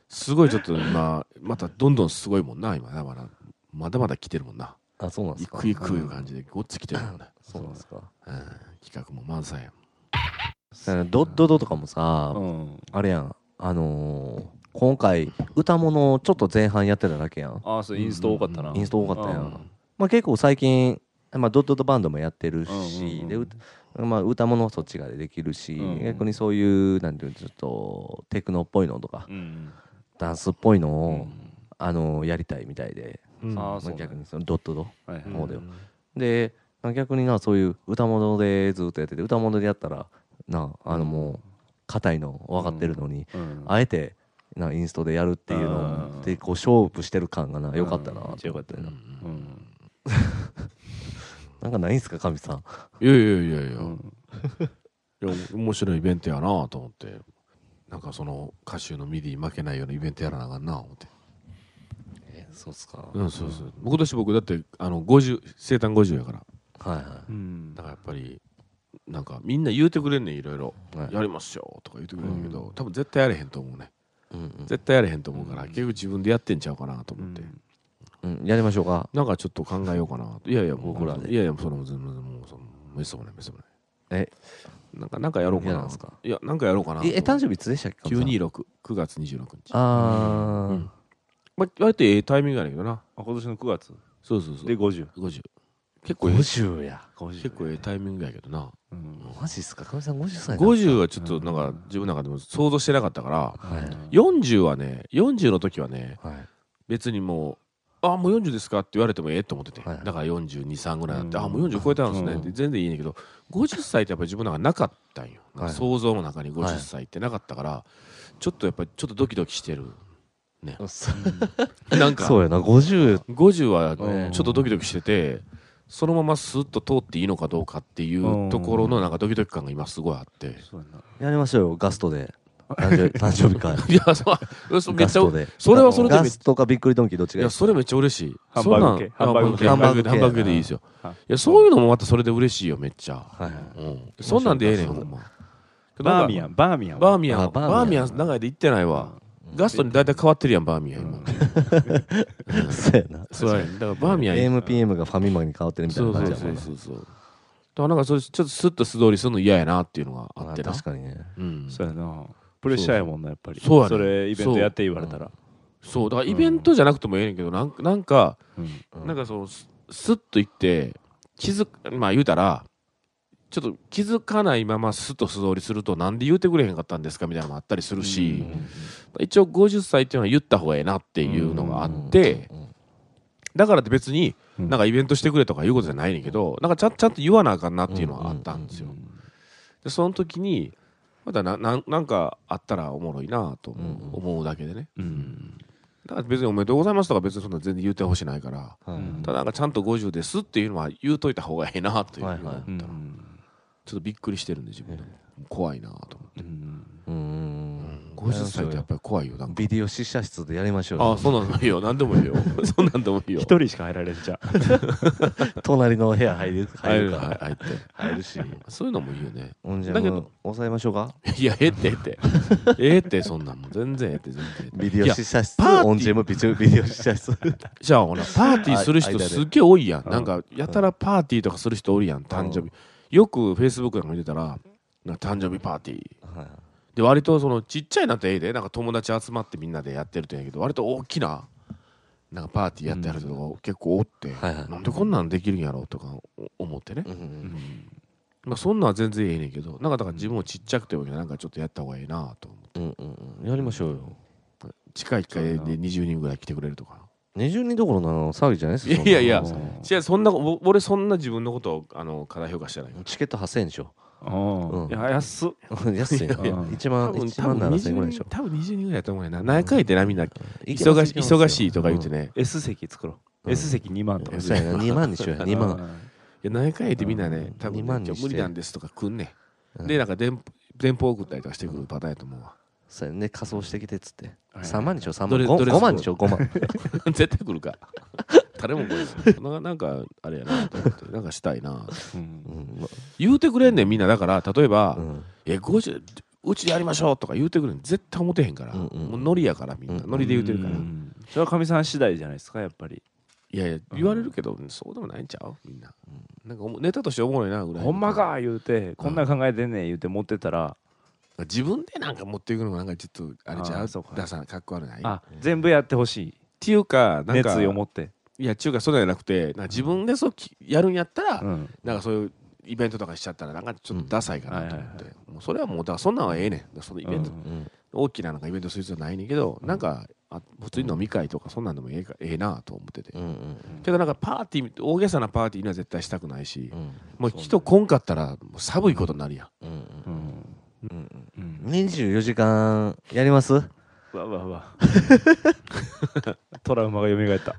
Speaker 3: すごいちょっと今またどんどんすごいもんな今なまだまだまだ来てるもんな
Speaker 1: あそうなんで
Speaker 3: い
Speaker 1: すか
Speaker 3: くいくいう感じでごっつ来てるも んね、
Speaker 1: そうなんですか
Speaker 3: うん、企画も満載や
Speaker 1: だからドッドドとかもさ、
Speaker 2: うん
Speaker 1: あれやんあのー今回歌物をちょっと前半やってただけやん
Speaker 2: ああそうインスト多かったな
Speaker 1: インスト多かったやん、
Speaker 2: うん
Speaker 1: まあ、結構最近、まあ、ドットドバンドもやってるし、
Speaker 2: うんうんうん
Speaker 1: でうたまあ、歌物はそっちができるし、
Speaker 2: うんうん
Speaker 1: 逆にそういうなんていうのちょっとテクノっぽいのとか、
Speaker 2: うん
Speaker 1: ダンスっぽいのを、
Speaker 2: うん
Speaker 1: あのやりたいみたいで、
Speaker 3: ん
Speaker 2: あ
Speaker 1: ま
Speaker 2: あそう
Speaker 1: あ、
Speaker 2: ね
Speaker 1: 逆にそのドットド
Speaker 2: はいはい
Speaker 1: の方では、で、まあ逆になそういう歌物でずっとやってて歌物でやったらなあのもう硬いの分かってるのに、
Speaker 2: うん
Speaker 1: あえてなインストでやるっていう
Speaker 2: あ
Speaker 1: の
Speaker 2: ー
Speaker 1: でこう勝負してる感がな良かったな
Speaker 2: うんめっちゃ良かったよなうん
Speaker 1: なんかないんすか神さん
Speaker 3: いやいやいやいや,、
Speaker 2: ん
Speaker 3: いや面白いイベントやなと思ってなんかその歌手のミディ負けないようなイベントやらなあかんな思って
Speaker 1: そうっすか
Speaker 3: うんそうそう今年僕だってあの50生誕50やから
Speaker 1: はい
Speaker 2: うん
Speaker 3: だからやっぱりなんかみんな言うてくれんねんいろいろ
Speaker 1: はい
Speaker 3: やりますよとか言ってくれるんだけど、多分絶対やれへんと思うね
Speaker 1: うんうん
Speaker 3: 絶対やれへんと思うから、結局自分でやってんちゃうかなと思って、
Speaker 1: うんやりましょうか
Speaker 3: なんかちょっと考えようかなといやいや僕
Speaker 1: 僕ら
Speaker 3: ら
Speaker 1: で
Speaker 3: いやいやそれも全然もうそのめっそうもないめっそうもない
Speaker 1: え
Speaker 3: なんかなんかやろう
Speaker 1: い
Speaker 3: か
Speaker 1: や
Speaker 3: な
Speaker 1: なんすか
Speaker 3: いやなんかやろうかなと思
Speaker 1: え
Speaker 3: って
Speaker 1: え誕生日いつでしたっけ神さん
Speaker 3: 926 9月26日
Speaker 1: あ
Speaker 3: う
Speaker 1: ー
Speaker 3: んまあ、割とええタイミングやねんけどな
Speaker 2: あ今年の9月
Speaker 3: そうそうそう
Speaker 2: で50
Speaker 3: 50結構ええ
Speaker 1: 50や
Speaker 3: 結構ええタイミングやけどな
Speaker 2: うん
Speaker 1: マジっすか神さん50歳なん
Speaker 3: 50はちょっとなんか自分の中でも想像してなかったから
Speaker 1: はい
Speaker 3: 40はね40の時はね
Speaker 1: はい
Speaker 3: 別にもう「あもう40ですか?」って言われてもええと思ってて、
Speaker 1: はい
Speaker 3: だから423ぐらいになって
Speaker 2: う
Speaker 3: 「
Speaker 2: ん
Speaker 3: あもう40超えたんですね」
Speaker 2: うん
Speaker 3: って全然いいねんけど50歳ってやっぱり自分の中になかったんよ、
Speaker 1: はい
Speaker 3: 想像の中に50歳ってなかったから、ちょっとやっぱりちょっとドキドキしてる
Speaker 1: そ
Speaker 3: なんか
Speaker 1: そうやな50
Speaker 3: 50は
Speaker 2: うん
Speaker 3: ちょっとドキドキしててそのままスーッと通っていいのかどうかっていうところのなんかドキドキ感が今すごいあって
Speaker 2: そうやな
Speaker 1: やりましょうよガストで誕 生誕生日会
Speaker 3: いやそうそめ
Speaker 1: ガ
Speaker 3: っ
Speaker 1: ス
Speaker 3: ちゃ
Speaker 1: トで
Speaker 3: それはそれで
Speaker 1: ガ
Speaker 3: めっ
Speaker 1: ストかびっくりドンキーどっち
Speaker 3: い
Speaker 1: がい
Speaker 3: や
Speaker 1: い
Speaker 3: それめっちゃ嬉しい
Speaker 2: ハンバーグ系
Speaker 3: そんなんハンバーグ
Speaker 1: ハ
Speaker 3: 系ハ
Speaker 1: ン
Speaker 3: ン
Speaker 1: バ
Speaker 3: バ
Speaker 1: ーグ
Speaker 3: ー
Speaker 1: 系
Speaker 3: グハンバーグ系でいいですよ
Speaker 2: はい
Speaker 3: いやそういうのもまたそれで嬉しいよめっちゃ
Speaker 1: はいはい
Speaker 3: うんそんなんでええねんほんま
Speaker 2: バーミヤ
Speaker 3: ン
Speaker 2: ンバーミヤン
Speaker 3: バーミヤ
Speaker 1: あ
Speaker 3: ン
Speaker 1: バ
Speaker 3: バ
Speaker 1: ー
Speaker 3: ー
Speaker 1: ミ
Speaker 3: ミ
Speaker 1: ヤ
Speaker 3: ヤ
Speaker 1: ン
Speaker 3: ン長いで行ってないわガストに大体変わってるやんバーミヤン今
Speaker 1: そうやな
Speaker 3: そうやねだからバーミヤン
Speaker 1: AMPM がファミマに変わってるみたい
Speaker 3: そ
Speaker 1: な
Speaker 3: うそ
Speaker 1: 感
Speaker 3: う
Speaker 1: じ
Speaker 3: そ
Speaker 1: やもんな
Speaker 3: うそうそうだからなんかそれちょっとスッと素通りするの嫌やなっていうのがあ
Speaker 1: あ
Speaker 3: ってな
Speaker 1: 確かにね
Speaker 3: うん
Speaker 2: そうやなプレッシャーやもんなやっぱり
Speaker 3: そうやね
Speaker 2: それイベントやって言われたら
Speaker 3: そうだからイベントじゃなくてもええねんけどなんかなんか
Speaker 2: うん
Speaker 1: うん
Speaker 3: なんかそのススッと行って気づくまあ言うたらちょっと気づかないままスッと素通りするとなんで言うてくれへんかったんですかみたいなのもあったりするし一応50歳っていうのは言った方がええなっていうのがあって
Speaker 1: うんうんうん
Speaker 3: だからって別に
Speaker 2: うん
Speaker 3: なんかイベントしてくれとかいうことじゃないねんけどなんかちゃんちゃんと言わなあかんなっていうのはあったんですよでその時にまたななんなんかあったらおもろいなと思う,、
Speaker 1: うん
Speaker 3: 思うだけでね
Speaker 2: うん
Speaker 3: だから別に「おめでとうございます」とか別にそんな全然言ってほしないから
Speaker 1: はい
Speaker 2: うん
Speaker 3: ただなんかちゃんと50ですっていうのは言うといた方がええなというふうに思った
Speaker 2: う
Speaker 3: ら、
Speaker 2: ん
Speaker 3: ちょっとびっくりしてるんで自分でも怖いなと思って、
Speaker 2: うん
Speaker 1: うんうんうん
Speaker 3: 50歳ってやっぱり怖いよなんか
Speaker 1: ビデオ試写室でやりましょう
Speaker 3: ああ
Speaker 1: よ
Speaker 3: そんなんでもいいよ何でもいいよそんなんでもいいよ
Speaker 2: 一人しか入られんじゃ
Speaker 1: 隣の部屋入る入
Speaker 3: 入
Speaker 1: る
Speaker 3: る
Speaker 1: から
Speaker 3: 入って
Speaker 1: 入るし
Speaker 3: そういうのもいいよね
Speaker 1: ほんじゃ
Speaker 3: だけ
Speaker 1: もう
Speaker 3: ど
Speaker 1: 抑えましょうか
Speaker 3: いやええってええってええってそんなんもう全然ええって全然ええって
Speaker 1: ビデオ試写室
Speaker 3: いやパーティー
Speaker 1: オンジェムビ デオビデオ試写室
Speaker 3: じゃあほらパーティーする人
Speaker 1: あ間です
Speaker 3: っげえ多いやんなんかやたらパーティーとかする人おるやん誕生日よくフェイスブックなんか見てたらなんか誕生日パーティー
Speaker 1: はい
Speaker 3: で割とそのちっちゃいなってええでなんか友達集まってみんなでやってるとやけど割と大きななんかパーティーやってやる人が結構おって、
Speaker 1: はいはい
Speaker 3: なんでこんなんできるんやろうとか思ってね、
Speaker 1: うんうん
Speaker 3: まあ、そんなんは全然ええねんけどなんかだから自分もちっちゃくてもいいからなんかちょっとやった方がええなと思う
Speaker 1: うんうんうんやりましょうよ
Speaker 3: 近い1回で20人ぐらい来てくれるとか
Speaker 1: 20人どころの騒ぎじゃないです
Speaker 3: いやいやいや
Speaker 2: ん
Speaker 1: そんな
Speaker 3: 違うそんなお俺そんな自分のことをあの過大評価してない
Speaker 1: チケット8000円でしょ
Speaker 2: うん
Speaker 1: ん
Speaker 2: いや安っ
Speaker 1: 安いな
Speaker 2: や
Speaker 1: 1
Speaker 3: 多
Speaker 1: 万
Speaker 3: 分
Speaker 1: 1
Speaker 3: 多
Speaker 1: 万
Speaker 3: 分
Speaker 1: 7000円ぐらい
Speaker 3: 20
Speaker 1: でし
Speaker 3: 人
Speaker 1: ょ
Speaker 3: 多分20人ぐらいやと思うねんな何回ってなみんな
Speaker 1: 行けます
Speaker 3: 忙し
Speaker 1: 行けますよ
Speaker 3: 忙しいとか言ってね、
Speaker 2: S 席作ろ
Speaker 1: う
Speaker 2: うん S 席2万とか
Speaker 1: そうやな2万にしようや2万
Speaker 3: いや何回ってみんなね、多分
Speaker 1: 二万
Speaker 3: ね
Speaker 1: に
Speaker 3: 今
Speaker 1: して
Speaker 3: 日無理なんですとか来んねん、
Speaker 1: うん
Speaker 3: でなんか電報電報送ったりとかしてくるパターンやと思うわ、
Speaker 1: そうやね仮装してきてっつって、
Speaker 2: はい
Speaker 1: 3万にしよう3
Speaker 3: ど
Speaker 1: 万
Speaker 3: れ
Speaker 1: 5,
Speaker 3: どれ
Speaker 1: 万にしよう5万
Speaker 3: 絶対来るか誰も来るななんかあれやなと思ってなんかしたいな
Speaker 2: うん
Speaker 1: うん
Speaker 3: 言うてくれんねんみんなだから例えば
Speaker 1: う、ん
Speaker 3: え50うちでやりましょうとか言うてくれん絶対思てへんから、
Speaker 1: うんうん
Speaker 3: もうノリやからみんな、
Speaker 1: うん
Speaker 3: ノリで言うてるから、
Speaker 2: うんそれはかみさん次第じゃないですかやっぱり
Speaker 3: いやいや言われるけど、そうでもないんちゃうみんな、なんかおもネタとしておもろいなぐらい
Speaker 2: ほんまか言うてこんなん考えてんねん言うて持ってたら
Speaker 3: 自分でなんか持っていくのがなんかちょっとあれちゃ
Speaker 2: あ
Speaker 3: う
Speaker 2: ーそうか
Speaker 3: ダサいかっこ悪ないっ
Speaker 2: あ全部やってほしい
Speaker 3: ていうかなんか
Speaker 2: 熱意を持って
Speaker 3: いや中華そうじゃなくてなんか自分でそうきやるんやったら、
Speaker 2: うん
Speaker 3: なんかそういうイベントとかしちゃったらなんかちょっとダサいかなと思って、
Speaker 2: うんはいはい
Speaker 3: もうそれはもうだからそんなんはええねんだからそのイベント、
Speaker 1: うん
Speaker 3: 大きななんかイベントする必要ないねんけど、なんかあ普通に飲み会とかそんなんでもええかええなと思ってて、
Speaker 1: うんうん
Speaker 3: けどなんかパーティー大げさなパーティーには絶対したくないし、
Speaker 1: うん
Speaker 3: もう人来んかったらもう寒いことになるやん、
Speaker 1: うんうん
Speaker 2: うん
Speaker 1: うん
Speaker 2: うん
Speaker 1: 24時間やります
Speaker 2: うわうわうわ トラウマが蘇った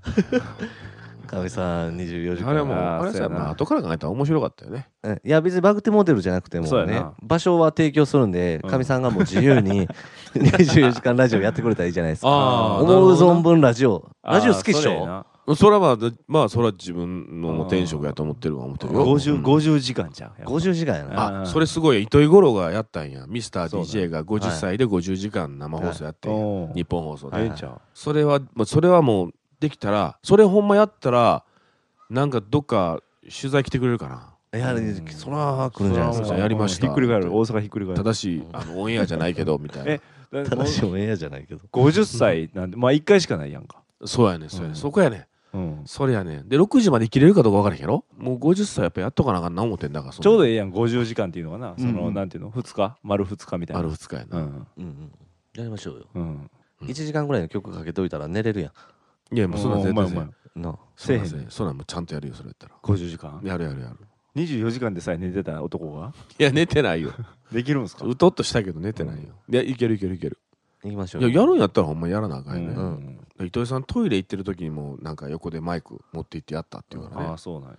Speaker 1: かみさん24時
Speaker 3: あれ
Speaker 1: 間
Speaker 3: はもう
Speaker 2: あー
Speaker 3: あれ
Speaker 2: そうや
Speaker 3: さ、
Speaker 2: な
Speaker 3: まあ、後から考えたら面白かったよね
Speaker 1: うんいや別にバグテモデルじゃなくても
Speaker 2: そう
Speaker 1: う
Speaker 2: や
Speaker 1: ね
Speaker 2: な
Speaker 1: 場所は提供するんでかみさんがもう自由に24時間ラジオやってくれたらいいじゃないですか
Speaker 3: あ
Speaker 1: 思
Speaker 3: ー
Speaker 1: う
Speaker 3: なるほどな
Speaker 1: 存分ラジオラジオ好きっし
Speaker 2: あーそれええ
Speaker 1: ょ
Speaker 2: な
Speaker 3: それはまあまあそれは自分の天職やと思ってるわ思ってるよ
Speaker 2: 50
Speaker 3: うん
Speaker 2: 50時間じゃんやっぱ
Speaker 1: 50時間やな
Speaker 3: あそれすごい糸井五郎がやったんやミスター d j が50
Speaker 1: はい
Speaker 3: 歳で50時間生放送やってんや
Speaker 2: おー
Speaker 3: 日本放送
Speaker 2: ええ
Speaker 3: で
Speaker 2: んちゃう
Speaker 3: それはまあそれはもうできたらそれほんまやったらなんかどっか取材来てくれるかない
Speaker 1: やそら来るんじゃないです
Speaker 3: そ
Speaker 1: か
Speaker 3: れはもうやりました
Speaker 2: ひっくり返る大阪ひっくり返る
Speaker 3: ただしあのオンエアじゃないけどみたいな
Speaker 2: えだってもう
Speaker 1: 正しいオンエアじゃないけど
Speaker 2: 50歳なんでまあ1回しかないやんか
Speaker 3: そうやねそうやね、
Speaker 2: うん
Speaker 3: そこやね
Speaker 2: うん
Speaker 3: それやねで6時まで生きれるかどうか分からへんやろもう50歳やっぱやっとかなあかんな思ってんだから
Speaker 2: ちょうど
Speaker 3: いい
Speaker 2: ええやん50時間っていうのはなそのなんていうの2日丸2日みたいな
Speaker 3: 丸2日やな、
Speaker 2: うん
Speaker 1: うんうんやりましょうよ
Speaker 2: うん
Speaker 3: うん
Speaker 1: 1時間ぐらいの曲かけといたら寝れるや
Speaker 3: いやもうそんなん
Speaker 2: お
Speaker 3: 絶
Speaker 2: 前お
Speaker 3: 対せ
Speaker 1: ん
Speaker 2: 前
Speaker 3: え
Speaker 1: な
Speaker 3: そんなん
Speaker 2: せ
Speaker 3: せ
Speaker 2: えへ
Speaker 3: え
Speaker 2: ん
Speaker 3: へんそんなんもうちゃんとやるよそれやったら
Speaker 2: 50時間
Speaker 3: やるやるやる
Speaker 2: 24時間でさえ寝てた男が
Speaker 3: いや寝てないよ
Speaker 2: できるんですか
Speaker 3: うとっとしたけど寝てないよ、いやいけるいけるいける
Speaker 1: 行きましょ
Speaker 3: いう
Speaker 1: よ
Speaker 3: ややるんやったらほんまやらなあかんよね、
Speaker 1: うん
Speaker 3: 糸井さんトイレ行ってる時にもなんか横でマイク持って行ってやったっていうからね、
Speaker 2: ああそうなんや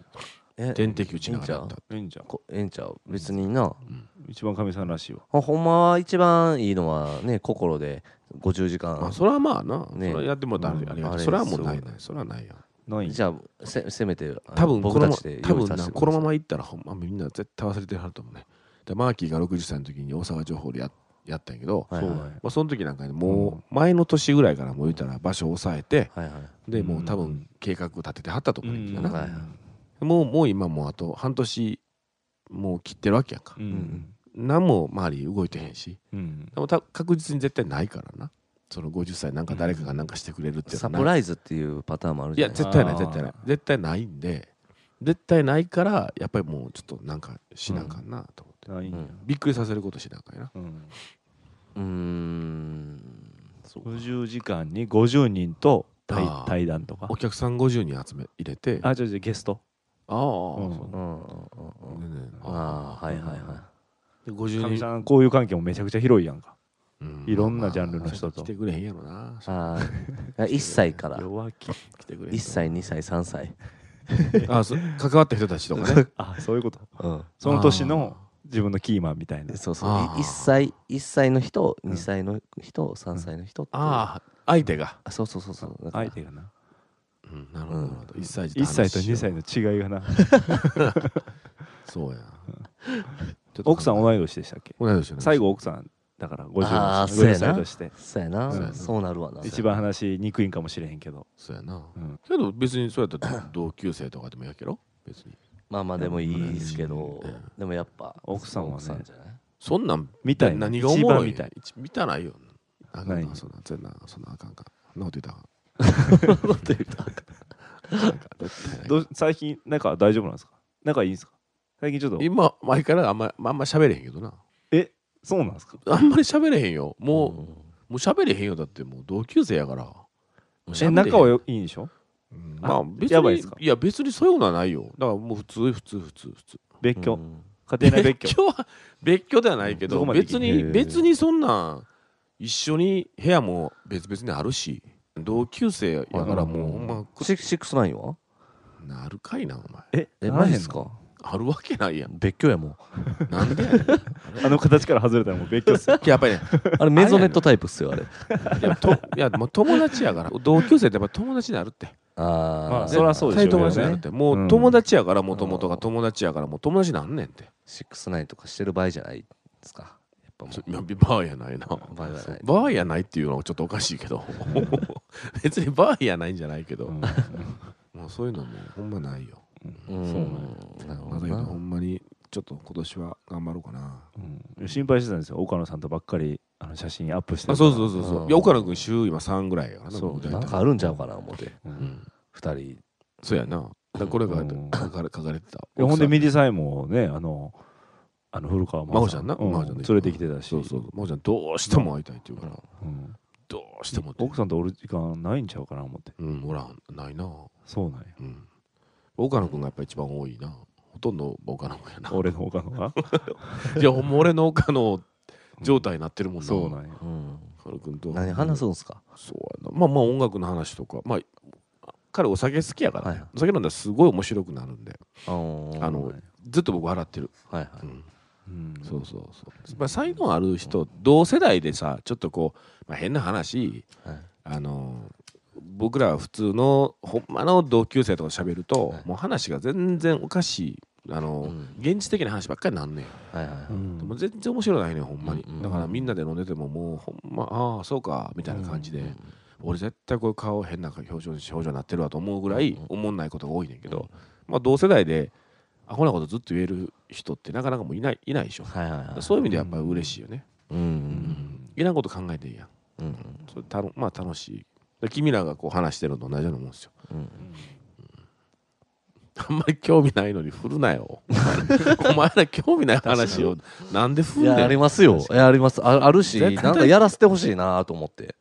Speaker 1: え
Speaker 3: 点滴打ちながらやった
Speaker 2: いいんじゃん
Speaker 1: こええんちゃう別にな
Speaker 2: 一番神さんらしいわ
Speaker 1: ほほんまは一番いいのはね心で50時
Speaker 3: まあ
Speaker 1: 間
Speaker 3: それはまあな、
Speaker 1: ね
Speaker 3: それやってもらったらありが
Speaker 1: う
Speaker 3: た
Speaker 1: ん
Speaker 3: いそれはもうない
Speaker 1: あれ
Speaker 3: ないそれはないよ
Speaker 2: ない
Speaker 1: じゃあせせめてあの
Speaker 3: 多分こ
Speaker 1: 僕
Speaker 3: の
Speaker 1: た
Speaker 3: ま
Speaker 1: ちで
Speaker 3: 多
Speaker 1: 用意
Speaker 3: 分
Speaker 1: させ
Speaker 3: な
Speaker 1: て
Speaker 3: このま
Speaker 1: ま
Speaker 3: ま行ったらほんまみんな絶対忘れてるはると思うねでマーキーが60歳の時に大阪情報でややったんやけど、
Speaker 1: はい
Speaker 2: そう
Speaker 1: は
Speaker 2: ないんや
Speaker 3: まあ、その時なんかねもう前の年ぐらいからもう言ったら場所を抑えて
Speaker 1: はいはい
Speaker 3: でもう多
Speaker 2: う
Speaker 3: 分
Speaker 2: ん
Speaker 3: 計画を立ててはったと思うんだよ
Speaker 1: う
Speaker 3: な、
Speaker 1: んはい
Speaker 3: もうもう今もうあと半年もう切ってるわけやんか、
Speaker 2: うん
Speaker 3: 何も周り動いてへんし
Speaker 2: うん
Speaker 3: でもた確実に絶対ないからなその50歳なんか誰かがなんかしてくれるっていう
Speaker 1: サ
Speaker 3: のはない
Speaker 1: プライズっていうパターンもある
Speaker 3: い
Speaker 1: じゃ
Speaker 3: や
Speaker 1: ない
Speaker 3: 絶対ない
Speaker 2: あー
Speaker 3: 絶対ない絶対ないんで絶対ないからやっぱりもうちょっとなんかしなあかんなと思って、
Speaker 2: ないんや
Speaker 3: びっくりさせることしなあかんやな
Speaker 2: うん
Speaker 1: うーんそうか
Speaker 2: 50時間に50人と対
Speaker 3: あー
Speaker 2: 対談とか
Speaker 3: お客さん50人集め入れてあ
Speaker 2: あじゃあゲスト
Speaker 3: あー、
Speaker 2: うん
Speaker 3: そう
Speaker 1: うんうんうんうん
Speaker 3: ねね
Speaker 1: ああはいはいはい
Speaker 3: で50
Speaker 2: 神
Speaker 3: 人、
Speaker 2: さん交友関係もめちゃくちゃ広いやんか
Speaker 3: うん
Speaker 2: いろんなジャンルの人と
Speaker 3: 来てくれへんやろな
Speaker 1: ああ1 歳から
Speaker 2: 弱気
Speaker 3: 来てくれへん
Speaker 1: 1歳2歳3歳
Speaker 3: あそう関わった人たちとかね
Speaker 2: あそういうこと
Speaker 1: うん
Speaker 2: その年の自分のキーマンみたいな
Speaker 1: そうそう
Speaker 3: あー
Speaker 1: 1歳1歳の人
Speaker 2: ん
Speaker 1: 2歳の人3歳の人っていう
Speaker 3: ああ相手が、
Speaker 1: あそうそうそうそうだから
Speaker 2: 相手がな
Speaker 3: うん、なるほどなるほど1歳児
Speaker 2: 1歳と
Speaker 3: 話しよ
Speaker 2: 2
Speaker 3: う
Speaker 2: 歳の違いがな
Speaker 3: そうやちょっと
Speaker 2: 奥さん同い年でしたっけ
Speaker 3: 同い年よね
Speaker 2: 最後奥さんだから
Speaker 1: あ
Speaker 2: 50
Speaker 1: ーそうやな
Speaker 2: 歳として
Speaker 1: そうやな
Speaker 3: そうやな
Speaker 1: そうなるわな
Speaker 2: 一番話しにくいんかもしれへんけど
Speaker 3: そうやな、
Speaker 2: うん
Speaker 3: けど別にそうやったら同級生とかでもやけど別に
Speaker 1: まあまあでもいいですけど
Speaker 3: うん
Speaker 1: でもやっぱ
Speaker 2: 奥さんはね
Speaker 1: 奥さんじゃない
Speaker 3: そんなん
Speaker 2: みたいな
Speaker 3: 何がおもろい
Speaker 2: 一番みたい
Speaker 3: 一見たないよあかん
Speaker 2: な
Speaker 3: ないそんなそんなそんなあかんかそんなこ と言ったらあかん
Speaker 2: どう最近なんか大丈夫なんですか仲いいんですか最近ちょっと
Speaker 3: 今前からあんまあんま喋れへんけどな
Speaker 2: えそうなんですか
Speaker 3: あんまり喋れへんよもう、
Speaker 1: う
Speaker 3: も
Speaker 1: ん
Speaker 3: う喋れへんよだってもう同級生やからもう喋れへ
Speaker 2: え
Speaker 3: ん
Speaker 2: 仲はいいんでしょ
Speaker 3: うんまあ別に
Speaker 2: やばいっすか
Speaker 3: いや別にそういうのはないよだからもう普通普通普通普通
Speaker 2: 別居
Speaker 1: うん
Speaker 2: 家庭内別居
Speaker 3: は別居ではないけ
Speaker 2: そ
Speaker 3: ど
Speaker 2: こまで
Speaker 3: 別
Speaker 2: 聞い
Speaker 1: て
Speaker 3: に別にそんなん一緒に部屋も別々にあるし同級生やからもうほんまく
Speaker 1: シックスナインは
Speaker 3: なるかいなお前
Speaker 2: え
Speaker 1: え
Speaker 2: なら
Speaker 1: マ
Speaker 2: へ
Speaker 1: ジ
Speaker 2: んの
Speaker 1: っすか
Speaker 3: あるわけないやん。
Speaker 1: 別居やもん。
Speaker 3: なんでやねん
Speaker 2: あの形から外れたらもう別居っすよ
Speaker 3: やっぱりね、
Speaker 1: あれメゾネットタイプっすよ、あれ。
Speaker 3: いやといやもう友達やから、同級生ってやっぱ友達になるって。
Speaker 1: あ
Speaker 2: ま
Speaker 1: あ、
Speaker 2: あそらそうでしょうけ
Speaker 3: 絶
Speaker 2: ど
Speaker 3: 対
Speaker 2: ね
Speaker 3: 友達になるって。もううん友達やから、もともとが友達やから、もう友達なんねんって。
Speaker 1: シックスナインとかしてる場合じゃないですか。やっぱも
Speaker 3: そういやバーやないな。
Speaker 1: 場合はない。
Speaker 3: バーやないっていうのはちょっとおかしいけど 別にバーやないんじゃないけど、
Speaker 2: うん
Speaker 3: もうそういうのもほんまないよ
Speaker 1: うん
Speaker 2: そう
Speaker 1: なる
Speaker 3: な
Speaker 1: ほ
Speaker 3: んだ
Speaker 1: ど
Speaker 3: けど
Speaker 1: な
Speaker 3: ほんまにちょっと今年は頑張ろうかな
Speaker 2: うん心配してたんですよ岡野さんとばっかりあの写真アップしてた
Speaker 3: あそうそうそう
Speaker 1: う
Speaker 3: そ
Speaker 1: ん
Speaker 3: ういや岡野君週今3ぐらいやからな
Speaker 2: そう
Speaker 3: も大
Speaker 1: な
Speaker 3: 体
Speaker 1: んかあるんちゃうかな思って、
Speaker 3: うん
Speaker 1: 二人。
Speaker 3: そうやなだからこれが
Speaker 2: うん
Speaker 3: 書かれ書かれてた
Speaker 2: いやほんで
Speaker 3: 奥さ
Speaker 2: ミディサイもねあのあの古川
Speaker 3: 真帆ちゃんな
Speaker 2: う
Speaker 3: 真帆ちゃんで
Speaker 2: 連れてきてたし
Speaker 3: そうそう真帆ちゃんどうしても会いたいって言うから
Speaker 2: うん
Speaker 3: どうしてもって
Speaker 2: 奥さんとおる時間ないんちゃうかな思って
Speaker 3: うんおらんないな
Speaker 2: そう なんや
Speaker 3: うん岡野君がやっぱ一番多いなほとんど岡野君やな
Speaker 2: 俺の岡野が
Speaker 3: いや、ほんま俺の岡野状態になってるもんな。
Speaker 2: そうなんや
Speaker 1: うん。
Speaker 3: カル君と。
Speaker 1: 何話すんすか
Speaker 3: そうやな。まあまあ音楽の話とか。まあ、彼お酒好きやから、
Speaker 1: はい
Speaker 3: ねお酒飲んだらすごい面白くなるんで。
Speaker 1: あのー
Speaker 3: あの、ずっと僕笑ってる。
Speaker 1: はいはい。
Speaker 3: うん
Speaker 2: うん
Speaker 3: そうそうそう。まあ、才能ある人、同世代でさ、ちょっとこう、まあ、変な話、
Speaker 1: はい
Speaker 3: あの、僕らは普通のほんまの同級生とか喋ると、
Speaker 1: はい
Speaker 3: もう話が全然おかしいあの、
Speaker 1: うん
Speaker 3: 現実的な話ばっかりなんねん
Speaker 1: はいはいはい。
Speaker 2: うん
Speaker 3: もう全然面白ないねほんまに、
Speaker 1: うんうん
Speaker 3: だからみんなで飲んでてももうほんまああそうかみたいな感じで、俺絶対こういう顔変な表情表情になってるわと思うぐらい
Speaker 1: うんうん
Speaker 3: 思んないことが多いねんけど、まあ同世代でアホなことずっと言える人ってなかなかもういないいないでしょ、
Speaker 1: はいはいはい。
Speaker 3: そういう意味でやっぱり嬉しいよね、
Speaker 1: うんうん
Speaker 3: いらんこと考えていいやん
Speaker 1: うんうん
Speaker 3: それたのまあ楽しいで君らがこう話してるのと同じようなもんですよ
Speaker 1: うん。
Speaker 3: あんまり興味ないのに振るなよお前ら興味ない話をなんで振
Speaker 1: い
Speaker 3: るん
Speaker 1: や、
Speaker 3: だ
Speaker 1: あり
Speaker 3: よ
Speaker 1: ますよ。いや、あります。ああるし、
Speaker 3: 絶
Speaker 1: な
Speaker 3: 対
Speaker 1: んかやらせてほしいなと思って。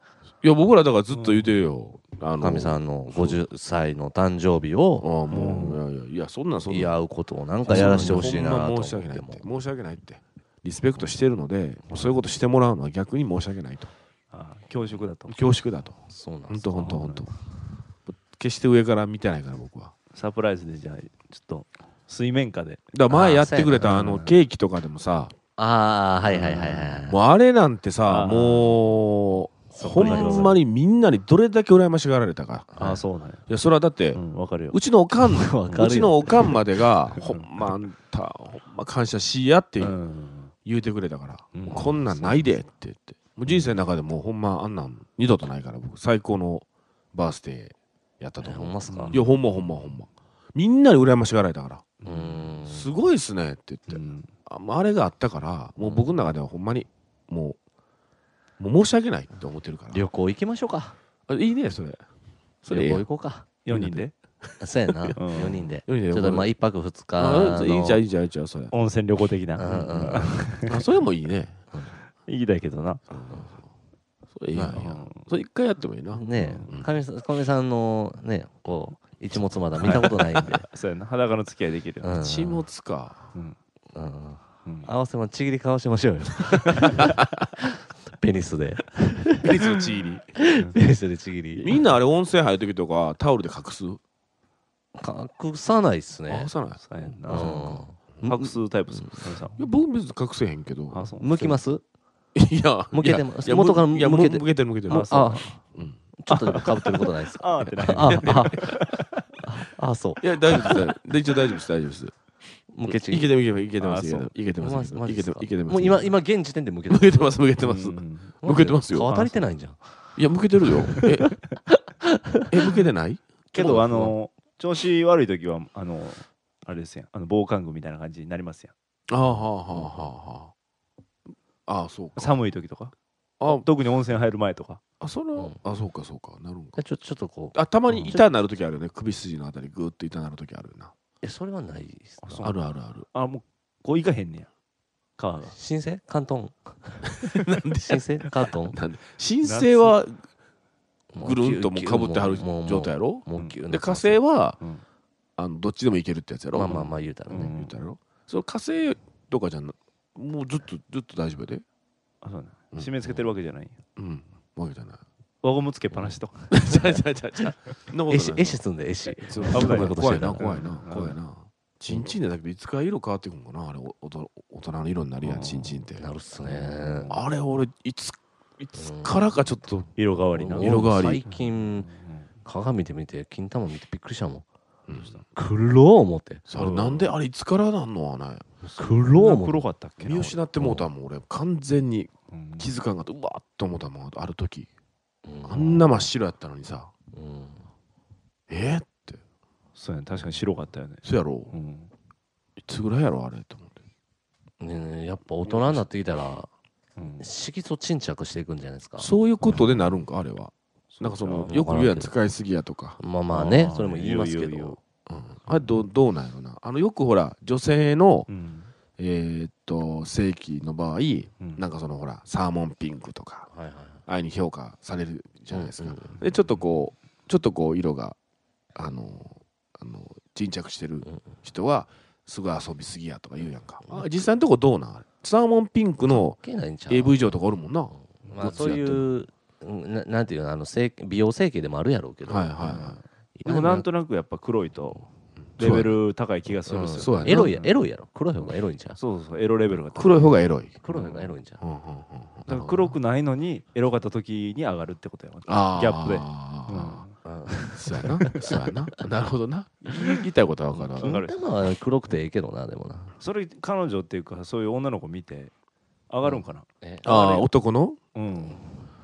Speaker 3: いや僕らだからずっと言うてよ、あ
Speaker 1: かみさんの50歳の誕生日を
Speaker 3: ああもういやいやいやそんなんそんなん
Speaker 1: 祝うことをなんかやらせてほしいなと
Speaker 3: ほん
Speaker 1: 思
Speaker 3: ま
Speaker 1: っ
Speaker 3: 申して訳ないっ
Speaker 1: も
Speaker 3: て。申し訳ないってリスペクトしてるのでそういうことしてもらうのは逆に申し訳ないと
Speaker 2: あ教職だと
Speaker 3: 恐縮だと
Speaker 1: そうなん
Speaker 3: 本
Speaker 1: です。
Speaker 3: 当本当本当決して上から見てないから僕は
Speaker 2: サプライズでじゃあちょっと水面下で
Speaker 3: だから
Speaker 1: あー
Speaker 3: 前やってく
Speaker 2: そ
Speaker 3: れ
Speaker 2: う
Speaker 3: た
Speaker 2: や
Speaker 3: あ
Speaker 2: な
Speaker 3: のケーキとかでもさ
Speaker 1: ああ、はいはいはいはい。
Speaker 3: もうあれなんてさ
Speaker 2: あー
Speaker 3: もうほんまにみんなにどれだけ羨ましがられたか
Speaker 2: ああそうなんや
Speaker 3: いやそれはだって
Speaker 2: うんわかるよ
Speaker 3: うちのおかん
Speaker 1: わかるよ
Speaker 3: うちのおかんまでがほんまあんたほんま感謝しいやって
Speaker 2: うん
Speaker 3: 言うてくれたから、
Speaker 2: うん
Speaker 3: もうこんなんないでって言ってもう人生の中でもうほんまあんなん二度とないから僕最高のバースデーやったと
Speaker 1: え
Speaker 3: 思
Speaker 1: ほ
Speaker 3: う、
Speaker 1: んますか
Speaker 3: いやほんまほんまほんまみんなに羨ましがられたから、
Speaker 1: うーん。
Speaker 3: すごいっすねって言って、
Speaker 2: うん
Speaker 3: あまああれがあったからもう僕の中ではほんまにもうもう申し訳ないって思ってるから
Speaker 1: 旅行行きましょうか。
Speaker 3: あいいねそれそ
Speaker 1: 旅
Speaker 3: れええや
Speaker 1: 行
Speaker 3: ん
Speaker 1: 行こうか。
Speaker 2: 4人で
Speaker 1: あそうやな。4人で。ち
Speaker 3: 四人で
Speaker 1: ょっとまあ1泊2日
Speaker 3: あ
Speaker 1: の。
Speaker 3: いいじゃんいいじゃんいいじゃんそれ
Speaker 2: 温泉旅行的な
Speaker 1: うんうんうん
Speaker 3: あそれもいいね
Speaker 2: 行きたいけどな
Speaker 3: それいいやんいいや
Speaker 2: うんん
Speaker 3: それ一回やってもいいな
Speaker 1: ね
Speaker 3: うん
Speaker 1: え、かみさん、かみさんのね、こう、一物まだ見たことないんで。
Speaker 2: そうやな裸の付き合いできるよ
Speaker 1: うん
Speaker 3: 一物か
Speaker 2: うん
Speaker 1: うん
Speaker 2: うん
Speaker 1: 合わせもちぎり交わしま しょうよ。ペニスで。
Speaker 3: ピリツチー リ
Speaker 1: ペニスでちぎり。
Speaker 3: みんなあれ温泉入る時とかタオルで隠す
Speaker 1: 隠さないっすね
Speaker 3: 隠。さない
Speaker 2: そうやん
Speaker 1: う。
Speaker 2: なん隠すタイプっすかさん
Speaker 3: いや僕別に隠せへんけど
Speaker 2: あそう
Speaker 1: 向きます
Speaker 3: いや
Speaker 1: 向けて
Speaker 3: いや
Speaker 1: ます
Speaker 3: いや
Speaker 1: 元から向けて
Speaker 3: いや向けてる向けてる
Speaker 2: あそう
Speaker 1: あ、
Speaker 3: うん
Speaker 1: ちょっとかぶってることないですか
Speaker 2: あーってない
Speaker 1: あ、あ、 あ、あそう。
Speaker 3: いや大丈夫です大丈夫です一応大丈夫です大丈夫です
Speaker 1: 向けち
Speaker 3: い
Speaker 1: ぎ
Speaker 3: け
Speaker 1: り。
Speaker 3: てもいけてもいけてます
Speaker 2: あそう
Speaker 3: いけてます
Speaker 1: マ
Speaker 3: い
Speaker 1: ジで
Speaker 3: けて
Speaker 1: す
Speaker 3: ます
Speaker 1: か
Speaker 3: いけてます
Speaker 1: もう今、今現時点で向けて
Speaker 3: 向
Speaker 1: る
Speaker 3: けてます向けてます
Speaker 2: うん
Speaker 3: 向けてますよ
Speaker 1: 顔足りてないんじゃん。
Speaker 3: いや向けてるよええ向けてない
Speaker 2: けどあの調子悪い時はあのあれですやんあの防寒具みたいな感じになりますやん
Speaker 3: ああはあはあはあはああそうか
Speaker 2: 寒い時とか
Speaker 3: あ
Speaker 2: 特に温泉入る前とか
Speaker 3: あその
Speaker 1: うん
Speaker 3: あそうかそうかなるんか
Speaker 1: ちょ、ちょっとこう。
Speaker 3: あたまに痛になる時あるよね首筋のあたりグーッと痛なる時あるよな
Speaker 1: え、それはないっすか
Speaker 2: あそう
Speaker 3: あるあるある
Speaker 2: あもうこう行かへんねや川が
Speaker 1: 申請関 東。申請関東。
Speaker 3: なんで申請は
Speaker 1: もう
Speaker 3: ぐるんともうかぶってはる
Speaker 1: もうもうもう
Speaker 3: 状態やろ
Speaker 1: もう急な
Speaker 3: で火星は
Speaker 2: うん
Speaker 3: あのどっちでもいけるってやつやろ
Speaker 1: まあまあまあ言うたら
Speaker 2: う
Speaker 1: ね。
Speaker 2: ん
Speaker 3: 言うたらよその火星とかじゃなもうずっとずっと大丈夫やで
Speaker 2: あそうなん
Speaker 3: うん
Speaker 2: 締め付けてるわけじゃないんや
Speaker 3: うんわけじゃない
Speaker 2: 輪ゴムつけっぱなしとか
Speaker 3: じゃあじゃあじゃあじゃあそんなこと
Speaker 1: 絵
Speaker 3: ない
Speaker 1: 師、絵師積んで絵師。
Speaker 3: そう
Speaker 2: 危ない
Speaker 3: 怖いな
Speaker 1: ことして
Speaker 3: 怖いな
Speaker 2: うん
Speaker 3: 怖いなチンチンでだけどいつか色変わってくんかなあれおおと大人の色になるやんチンチンって
Speaker 1: なるっすね
Speaker 3: あれ俺いついつからかちょっと
Speaker 2: 色変わりな。
Speaker 3: 色変わり
Speaker 1: 最近鏡で見て金玉見てびっくりしたもん黒思って
Speaker 3: あれなんであれいつからなんのはない
Speaker 1: 黒
Speaker 2: 黒
Speaker 1: 思って
Speaker 2: 黒かったっけな。
Speaker 3: 見失ってもうたもん俺完全に
Speaker 2: うん
Speaker 3: 気づかんかったうわーっと思ったもんある時
Speaker 1: うん
Speaker 3: あんな真っ白やったのにさ
Speaker 1: うん
Speaker 3: えーって
Speaker 2: そうやね確かに白かったよね。
Speaker 3: そやろ
Speaker 2: うん
Speaker 3: いつぐらいやろあれと思って
Speaker 1: ねえやっぱ大人になってきたら
Speaker 2: うん
Speaker 1: 色素沈着していくんじゃないですか
Speaker 3: そういうことでなるんかあれはなんか
Speaker 1: そ
Speaker 3: そ
Speaker 1: う
Speaker 3: の
Speaker 1: か
Speaker 3: よく言うやん使いすぎやとか
Speaker 1: まあまあね
Speaker 2: あー
Speaker 1: それも言いますけ
Speaker 2: 言う言う言う
Speaker 1: ど
Speaker 3: うんあれどうどうなんやろなあのよくほら女性の
Speaker 2: うん
Speaker 3: えーっと正規の場合
Speaker 2: うん
Speaker 3: なんかそのほらサーモンピンクとか
Speaker 1: はいはいはい
Speaker 3: ああいうに評価されるじゃないですか
Speaker 1: うんうん
Speaker 3: でちょっとこうちょっとこう色があのあの沈着してる
Speaker 1: うん
Speaker 3: 人はすぐ遊びすぎやとか言うやんかあ実際のとこどうなんあれサーモンピンクの
Speaker 1: 関係ないんちゃう
Speaker 3: AV 上とかおるもんなは
Speaker 1: まあそういううんななんていうのあの整形美容整形でもあるやろうけ
Speaker 3: い
Speaker 1: ど
Speaker 3: はいは
Speaker 2: でもなんとなくやっぱ黒いと
Speaker 3: い
Speaker 2: レベル高い気がするんですよ。
Speaker 3: そうやな
Speaker 1: エロいやエロいやろ黒い方がエロいんちゃう
Speaker 2: そうそうそうエロレベルが高い。
Speaker 3: 黒い方がエロい
Speaker 1: 黒い方がエロいんちゃう
Speaker 3: うんうんうん
Speaker 2: だから黒くないのにエロかった時に上がるってことやもん。
Speaker 3: あー
Speaker 2: ギャップで
Speaker 3: あ
Speaker 1: うん
Speaker 3: ーそうやなそうやな なるほどな言いたいことは分か
Speaker 2: う
Speaker 3: る
Speaker 1: 金
Speaker 2: ん
Speaker 1: 玉は黒くてええけどなでもな
Speaker 2: それ彼女っていうかそういう女の子見て上がるんかな。
Speaker 1: え
Speaker 3: ああ男の
Speaker 2: うん。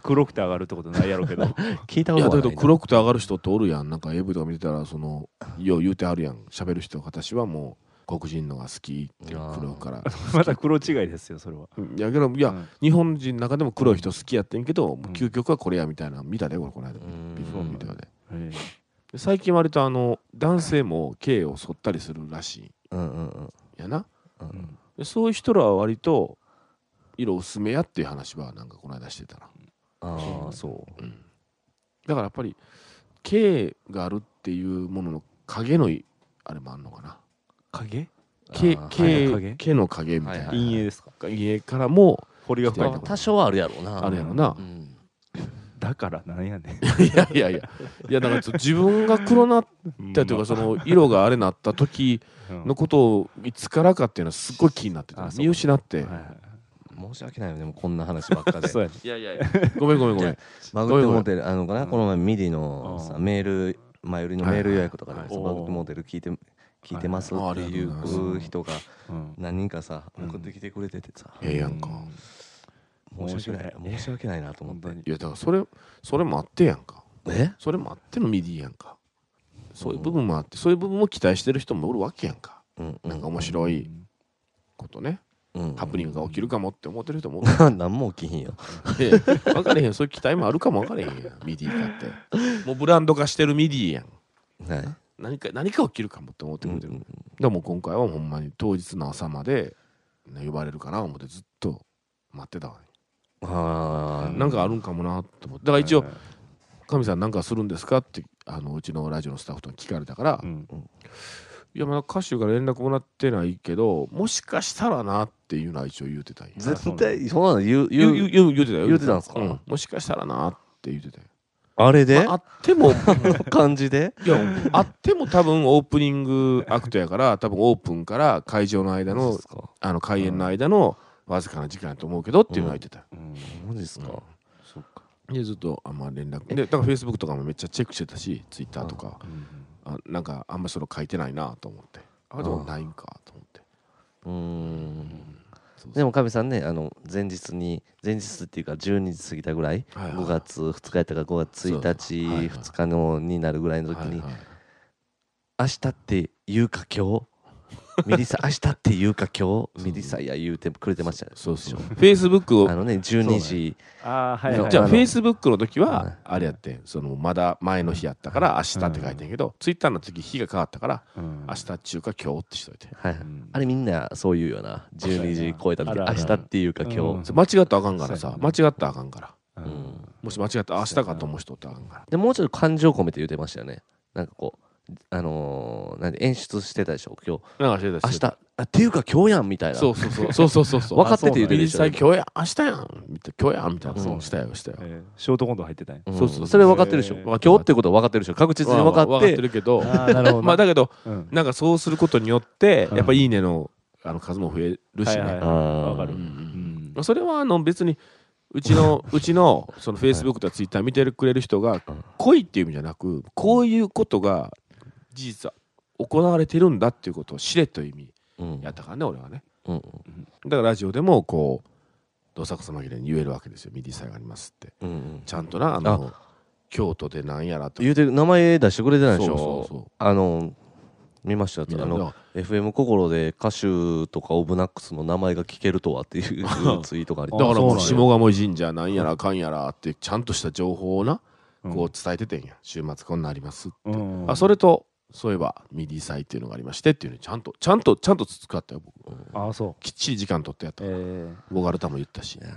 Speaker 2: 黒くて上がるってことないやろうけど。
Speaker 1: 聞いた
Speaker 3: い
Speaker 1: こと
Speaker 3: やだ
Speaker 1: は
Speaker 3: け
Speaker 1: な
Speaker 3: ど
Speaker 1: いな
Speaker 3: 黒くて上がる人っておるやんなんか AV とか見てたらそのよう言うてあるやん喋る人私はもう黒人のが好きっていう黒から
Speaker 2: また黒違いですよそれは。
Speaker 3: うんいやけどいや、
Speaker 2: うん
Speaker 3: 日本人の中でも黒い人好きやってんけど、もう究極はこれやみたいなの見たでこれこの間
Speaker 1: うん
Speaker 3: ビフォービデオで
Speaker 2: ええ
Speaker 3: で最近割とあの男性も毛を剃ったりするらしい
Speaker 1: うんうんうん
Speaker 3: んやな
Speaker 2: うん
Speaker 3: でそういう人らは割と色薄めやっていう話はなんかこの間してたな
Speaker 1: ああそう
Speaker 3: だからやっぱり毛があるっていうものの影のいあれもあんのかな
Speaker 2: 影？
Speaker 3: 毛
Speaker 1: あー
Speaker 2: はい
Speaker 3: 毛
Speaker 2: 影
Speaker 3: 毛の影みたいな、
Speaker 1: はい
Speaker 2: 陰影ですか。
Speaker 3: 家からも
Speaker 2: 堀が深い
Speaker 3: は
Speaker 2: と
Speaker 3: い
Speaker 2: こ。
Speaker 1: 多少はあるやろうな
Speaker 3: あるやろな
Speaker 1: う、ん
Speaker 2: だからなんやねん。
Speaker 3: いやいやいやいやだからちょっと自分が黒なったというかその色があれなった時
Speaker 2: うん
Speaker 3: のことをいつからかっていうのはすっごい気になってた
Speaker 2: あそう
Speaker 3: 見失って
Speaker 2: はいはい
Speaker 1: 申し訳ないよでもこんな話ばっかで
Speaker 2: そうやね
Speaker 3: いやいやごめんごめんごめん
Speaker 1: バグってモデルあのかなこの前ミディのさメール前売りのメール予約とかで
Speaker 3: はい
Speaker 1: バ
Speaker 2: はい
Speaker 1: グってモデル聞いて聞いてますっ
Speaker 3: はいあ
Speaker 1: て
Speaker 3: り
Speaker 1: い
Speaker 3: がとうございま
Speaker 1: う人が
Speaker 2: うん。
Speaker 1: 何人かさ
Speaker 2: うん
Speaker 1: 送ってきてくれててさ
Speaker 3: ええやんか
Speaker 1: 申し訳ない申し訳ないなと思っ
Speaker 2: 本当
Speaker 1: て
Speaker 2: に。
Speaker 3: いやだからそれそれもあってやんか
Speaker 1: え
Speaker 3: それもあってのミディやんかそういう部分もあってそういう部分も期待してる人もおるわけやんか
Speaker 1: うん
Speaker 3: なんか面白いことね
Speaker 1: うん
Speaker 3: ハプニングが起きるかもって思ってる人もおる
Speaker 1: 何も起きひん よ
Speaker 3: いや分かれへんそういう期待もあるかも分かれへんやんミディだってもうブランド化してるミディやん
Speaker 1: はい
Speaker 3: 何か何か起きるかもって思ってくれてる、でも今回はほんまに当日の朝まで、ね、呼ばれるかな思ってずっと待ってたわ、
Speaker 1: あー
Speaker 3: なんかあるんかもなと思ってだから一応
Speaker 2: はいはい
Speaker 3: 「神さん何かするんですか?」ってあのうちのラジオのスタッフと聞かれたから「
Speaker 2: うん
Speaker 3: いやまだ歌手から連絡もらってないけどもしかしたらな」っていうのは一応言うてたんや
Speaker 1: 絶対そんなの言う
Speaker 3: 言う
Speaker 1: 言う
Speaker 3: 言う言うてたよ
Speaker 1: 言うてたんすか
Speaker 3: うんもしかしたらなって言うてたよ
Speaker 1: あれで
Speaker 3: あっても
Speaker 1: 感じで
Speaker 3: いや あっても多分オープニングアクトやから多分オープンから会場の間
Speaker 1: マジ
Speaker 3: の
Speaker 1: っすか
Speaker 3: あの開演の間のわずかな時間やと思うけどっていうのは言ってた、
Speaker 2: うん
Speaker 1: マジっすか
Speaker 2: そっか。
Speaker 3: でずっとあんま連絡でだからフェイスブックとかもめっちゃチェックしてたしツイッターとか、あなんかあんまりそれ書いてないなと思ってあでもないんかと思って
Speaker 1: うーん
Speaker 3: そうそう
Speaker 1: でも神さんねあの前日に前日っていうか12時過ぎたぐらい
Speaker 3: はいはい
Speaker 1: 5月2日やったか5月
Speaker 3: そうそうはいは
Speaker 1: 1
Speaker 3: い
Speaker 1: 日2日のになるぐらいの時
Speaker 3: はい
Speaker 1: に
Speaker 3: はい
Speaker 1: 明日って言うか今日ミリサ明日って言うか今日ミリサイや言うてくれてました
Speaker 3: そうそうフェイスブックを
Speaker 1: あのね12時
Speaker 2: ああはいはい。
Speaker 3: じゃあ
Speaker 1: あの
Speaker 3: フェイスブックの時
Speaker 1: は
Speaker 3: はいあれやってんそのまだ前の日やったから明日って書いてんけど、ツイッターの時日が変わったから
Speaker 2: うん
Speaker 3: 明日中か今日ってしといて、
Speaker 1: はい
Speaker 2: ん
Speaker 1: あれみんなそう言うよな12時超えた時
Speaker 2: あ
Speaker 1: 明
Speaker 2: らあら
Speaker 1: 日っていうか
Speaker 2: う
Speaker 1: 今
Speaker 2: ん
Speaker 1: 日
Speaker 3: それ間違ったらあかんから
Speaker 2: そう
Speaker 3: さ
Speaker 2: やな
Speaker 3: 間違ったらあかんから
Speaker 2: うん
Speaker 3: もし間違ったら明日かと思う人ってあかんから
Speaker 1: でもうちょっと感情込めて言うてましたよねなんかこうあのーなんで演出してたでしょ今日
Speaker 3: なんかしてた
Speaker 1: 明
Speaker 3: してた
Speaker 1: 日あっていうか今日やんみたいな
Speaker 3: そうそうそうそうそうそうそう
Speaker 1: 分かってて言うてるでしょ
Speaker 3: 実際今日や明日やんみたいな今日やんみたいなそうしたよしたよ
Speaker 2: えーショートコント入ってたんや
Speaker 1: うん
Speaker 3: そうそう
Speaker 1: それ分かってるでしょ
Speaker 2: へー
Speaker 1: 今日ってことは分かってるでしょ確実に分か
Speaker 3: わ
Speaker 1: っ
Speaker 3: かっててるけど
Speaker 2: あーなるほど
Speaker 3: まあだけど
Speaker 2: うん
Speaker 3: なんかそうすることによって
Speaker 2: うん
Speaker 3: やっぱいいねのあの数も増えるし
Speaker 2: はいはい
Speaker 3: ね
Speaker 2: はい
Speaker 1: あ
Speaker 2: わかる
Speaker 3: う
Speaker 1: ー
Speaker 3: ん
Speaker 2: うん
Speaker 3: まあそれはあの別にうちのうちのそのフェイスブックとかツイッター見てくれる人が
Speaker 1: うん
Speaker 3: 恋っていう意味じゃなくこういうことが事実は行われてるんだっていうことを知れという意味
Speaker 1: うん
Speaker 3: やったからね俺はね
Speaker 1: うん
Speaker 3: だからラジオでもこうどさくさ紛れに言えるわけですよミディさえがありますって
Speaker 1: うんうん
Speaker 3: ちゃんとなあの京都でなんやらとか
Speaker 1: 言うて名前出してくれてないでし
Speaker 3: そうそうそ
Speaker 1: ょ
Speaker 3: う
Speaker 1: あの見ました
Speaker 3: みんな
Speaker 1: あの FM 心で歌手とかオブナックスの名前が聞けるとはっていう ツイートがあり
Speaker 2: あ
Speaker 1: ま
Speaker 3: だ
Speaker 1: す
Speaker 3: か
Speaker 2: そうな
Speaker 3: らも
Speaker 2: ん
Speaker 3: う
Speaker 2: や
Speaker 3: 下鴨神社なんやらかんやらってちゃんとした情報をなこう伝えててんや週末こんなんあります
Speaker 2: うん
Speaker 3: あそれとそういえばミディ祭っていうのがありましてっていうのにちゃんとちゃんとちゃんと使ったよ僕
Speaker 2: あそ
Speaker 3: きっちり時間取ってやった
Speaker 2: うえ
Speaker 3: ボガルタも言ったし
Speaker 1: いや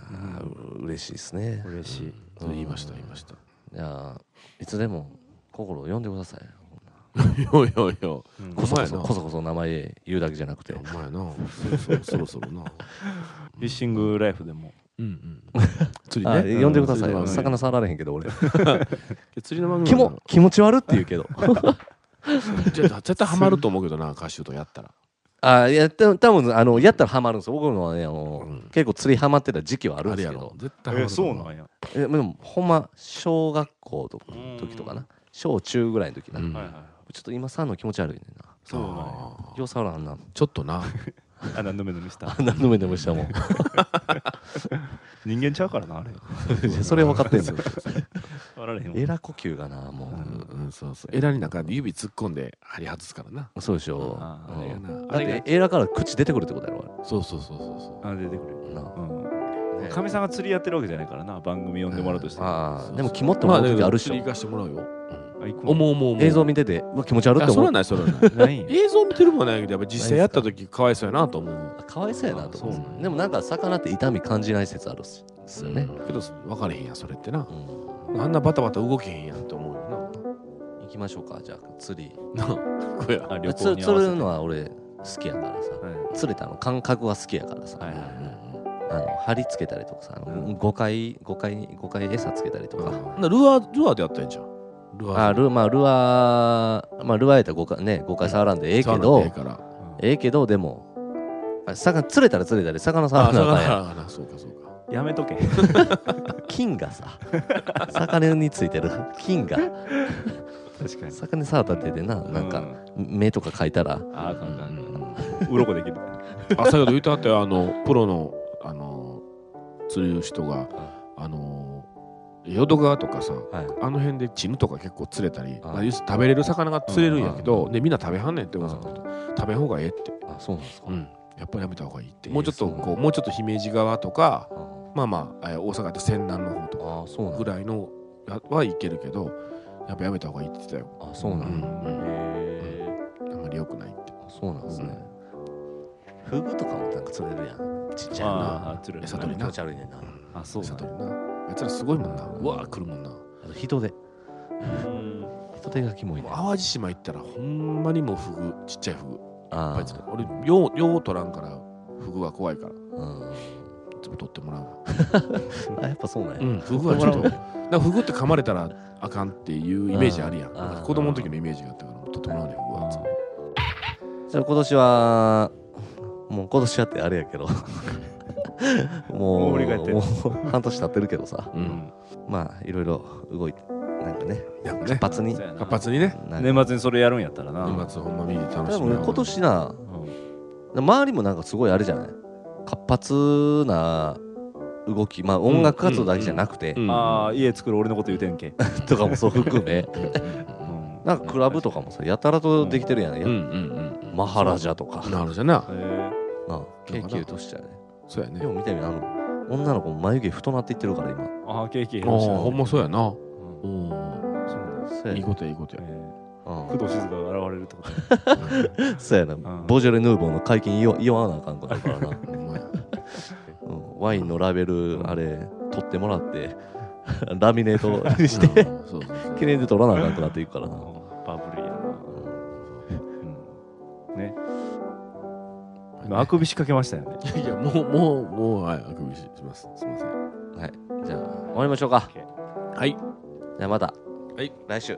Speaker 1: ー嬉しいですね
Speaker 2: ー嬉しい
Speaker 3: そう言いました言いました
Speaker 1: いやーいつでも心を呼んでください
Speaker 3: よいよいよ
Speaker 2: うん
Speaker 1: こそこそ
Speaker 3: ほんまやな
Speaker 1: こそこそ名前言うだけじゃなくて
Speaker 3: お前やなそろそろそろそろな
Speaker 2: フィッシングライフでも
Speaker 3: うん釣
Speaker 1: あ
Speaker 3: りね
Speaker 1: 呼んでください
Speaker 3: うん
Speaker 1: よ魚触られへんけど俺
Speaker 3: 釣りの番
Speaker 1: 気
Speaker 3: 組
Speaker 1: も気持ち悪って言うけど
Speaker 3: 絶対ハマると思うけどな歌手とやったら
Speaker 1: あいやた多分あのやったらハマるんですよ僕のはねあの、
Speaker 3: うん
Speaker 1: 結構釣りハマってた時期はあるん
Speaker 3: あ
Speaker 1: で
Speaker 3: れ
Speaker 1: す
Speaker 3: や
Speaker 1: け
Speaker 3: ろ
Speaker 1: ど
Speaker 3: 絶
Speaker 2: え
Speaker 3: 対ハマると思
Speaker 2: そうなんや
Speaker 1: えでもほんま小学校とか時とかな小中ぐらいの時な、
Speaker 3: うん
Speaker 1: ちょ
Speaker 2: はいはい
Speaker 1: っと今さんの気持ち悪いねんな
Speaker 2: そうなんや
Speaker 3: あー
Speaker 1: よう触らんあん な
Speaker 3: ちょっとな
Speaker 2: あ何度目のミスター
Speaker 1: 何の目でもしたもん
Speaker 2: 人間ちゃうからなあれ
Speaker 1: それ分かってんの
Speaker 2: あられへんわ
Speaker 1: エラ呼吸がなも
Speaker 3: うんうんそうそうエラになんか指突っ込んで針外すからな
Speaker 1: うそうでしょ
Speaker 2: あ
Speaker 1: うん
Speaker 3: あれやな
Speaker 1: だってエラから口出てくるってことやろ
Speaker 3: そうそうそうそうそう
Speaker 2: あ出てくる
Speaker 1: あれな
Speaker 2: うんかみさんが釣りやってるわけじゃないからな番組呼んでもらうとしてもあ
Speaker 1: ああでも肝って思う時あるっし
Speaker 3: まあでも釣り
Speaker 1: ょ
Speaker 3: 行かしてもらうよ
Speaker 2: 行くもん
Speaker 3: 思う思う思う
Speaker 1: 映像見ててうわ気持ち悪っ
Speaker 3: あ
Speaker 1: て
Speaker 3: それ
Speaker 1: 思
Speaker 3: は
Speaker 1: う
Speaker 3: ないそれはない
Speaker 2: ないんや
Speaker 3: 映像見てるもんないけどやっぱ実際やった時かわいそうやなと思う
Speaker 1: かわいそうやなと思
Speaker 3: あそう
Speaker 1: う
Speaker 3: なん
Speaker 1: で
Speaker 3: や
Speaker 1: もなんか魚って痛み感じない説あるっすですよね
Speaker 3: けど分かれへんやんそれってな
Speaker 1: うん
Speaker 3: あんなバタバタ動けへんやんって思うよ
Speaker 1: 行きましょうかじゃあ釣り
Speaker 3: ななあこれや
Speaker 2: あ旅
Speaker 1: つ
Speaker 2: 行
Speaker 1: 釣
Speaker 2: に合わせ
Speaker 1: る
Speaker 2: て
Speaker 1: のは俺好きやからさ
Speaker 2: は
Speaker 1: 釣れたの感覚は好きやからさ、
Speaker 2: はいはいはい
Speaker 1: あの貼り付けたりとかさあの、
Speaker 2: うん
Speaker 1: 5回5回に5回餌つけたりとか、
Speaker 3: なルアールアーでやったんじゃんルアー
Speaker 1: あルまあルアーまあルアーやったら5回ね5回触らんでええけど、
Speaker 3: ええから
Speaker 1: ええけどでもあ魚釣れたら釣れたで魚
Speaker 3: あ
Speaker 1: 触らなあかんや
Speaker 3: 魚なそうかそうか
Speaker 2: いやめとけ
Speaker 1: ん菌がさ魚についてる菌が
Speaker 2: 確かに
Speaker 1: 魚に触ったってでななん
Speaker 2: う
Speaker 1: か目とか描いたら
Speaker 2: ああかんかんかんうろこできる
Speaker 3: あ先ほど言ってはったよあのプロのあの釣りの人があの淀川とかさ、
Speaker 1: い
Speaker 3: あの辺でチヌとか結構釣れたり、
Speaker 1: はい
Speaker 3: まあ要するに食べれる魚が釣れるんやけど、でみんな食べはんねんってお母さんが言って食べん方がええって、
Speaker 1: あそうなんですか、
Speaker 3: うんやっぱりやめた方がいいって
Speaker 1: えー
Speaker 3: もうちょっと
Speaker 1: そう
Speaker 3: こうもうちょっと姫路川とか
Speaker 1: あ
Speaker 3: まあまあえー大阪やって泉南の方とか
Speaker 1: あそうなん
Speaker 3: ぐらいのやはいけるけどやっぱやめた方がいいって言ってたよ
Speaker 1: あそうなん
Speaker 3: う
Speaker 1: だ、
Speaker 3: ん
Speaker 2: へ
Speaker 3: あんまり良くないって
Speaker 1: あそうなんですね、フグとかもなんか釣れるやんちっちゃい
Speaker 2: あ
Speaker 1: な
Speaker 2: あ釣る
Speaker 3: 餌取り
Speaker 1: 気
Speaker 3: な
Speaker 1: 持ち悪いねんな
Speaker 2: あそう
Speaker 3: さ
Speaker 2: だ
Speaker 3: とりなあいつらすごいもんなうわー来るもんな
Speaker 1: あと人手人手がキモいね
Speaker 3: もう淡路島行ったらほんまにもうフグちっちゃいフグいっ
Speaker 1: あ
Speaker 3: ぱい釣れる俺ようよう取らんからフグは怖いからい
Speaker 1: ーうん
Speaker 3: つも取ってもらうわ
Speaker 1: あやっぱそうなんや、
Speaker 3: うん、フグはちょっと、なんかフグって噛まれたらあかんっていうイメージあるやん。
Speaker 1: あー
Speaker 3: なんか子供の時のイメージがあったから、とってもらうねん、フグは。
Speaker 1: じゃあ今年はもう今年はってあれやけども
Speaker 2: も
Speaker 1: う
Speaker 2: う振り返って
Speaker 1: もう半年経ってるけどさ
Speaker 3: うん、
Speaker 1: まあいろいろ動いてなんかね
Speaker 3: なんかね
Speaker 1: 活、発に
Speaker 2: そうやな
Speaker 3: 活発にね、
Speaker 1: なんか
Speaker 2: 年末にそれやるんやったらな
Speaker 3: 年末ほんま見に楽
Speaker 1: 多
Speaker 3: し
Speaker 1: 分
Speaker 3: み
Speaker 1: ね
Speaker 3: な。
Speaker 1: 今年な
Speaker 2: うん
Speaker 1: 周りもなんかすごいあれじゃない活発な動きまあ音楽活動だけじゃなくて、
Speaker 3: うん、
Speaker 2: ああ家作る俺のこと言うてんけ
Speaker 1: とかもそう含め
Speaker 2: うん
Speaker 1: なんかクラブとかもさやたらとできてるやん、
Speaker 3: うん、うん、うん。
Speaker 1: マハラジャとか
Speaker 3: なるじゃな。
Speaker 2: へえ
Speaker 1: なケーキ落
Speaker 3: なんか
Speaker 1: としちゃうね
Speaker 3: そうやね。
Speaker 1: でも見てみあの女の子も眉毛太なっていってるから今
Speaker 2: ああケーキ
Speaker 3: ああ、ほんまそうやな。
Speaker 2: うん
Speaker 3: うん
Speaker 2: そうなんだ
Speaker 1: そうや
Speaker 3: いい
Speaker 1: な
Speaker 3: ことや、いいことや。
Speaker 2: え
Speaker 1: うん
Speaker 2: ー工藤静香が現れるってこと
Speaker 1: そうやな、
Speaker 2: ん
Speaker 1: ボジョレ・ヌーボーの解禁言わ言わなあかんことやからな、
Speaker 3: ほんまや
Speaker 1: うんワインのラベルあれ取ってもらって ラミネートにして
Speaker 3: うんそうそうそう
Speaker 1: 記念で取らなあかんくなっていくからな
Speaker 2: うんバブリーやな今あくび仕掛けましたよね。
Speaker 3: いや、もう、もう、もう、はい、あくびします。すみません。
Speaker 1: はい。じゃあ、終わりましょうか。
Speaker 3: はい。
Speaker 1: じゃあまた。
Speaker 3: はい。
Speaker 1: 来週。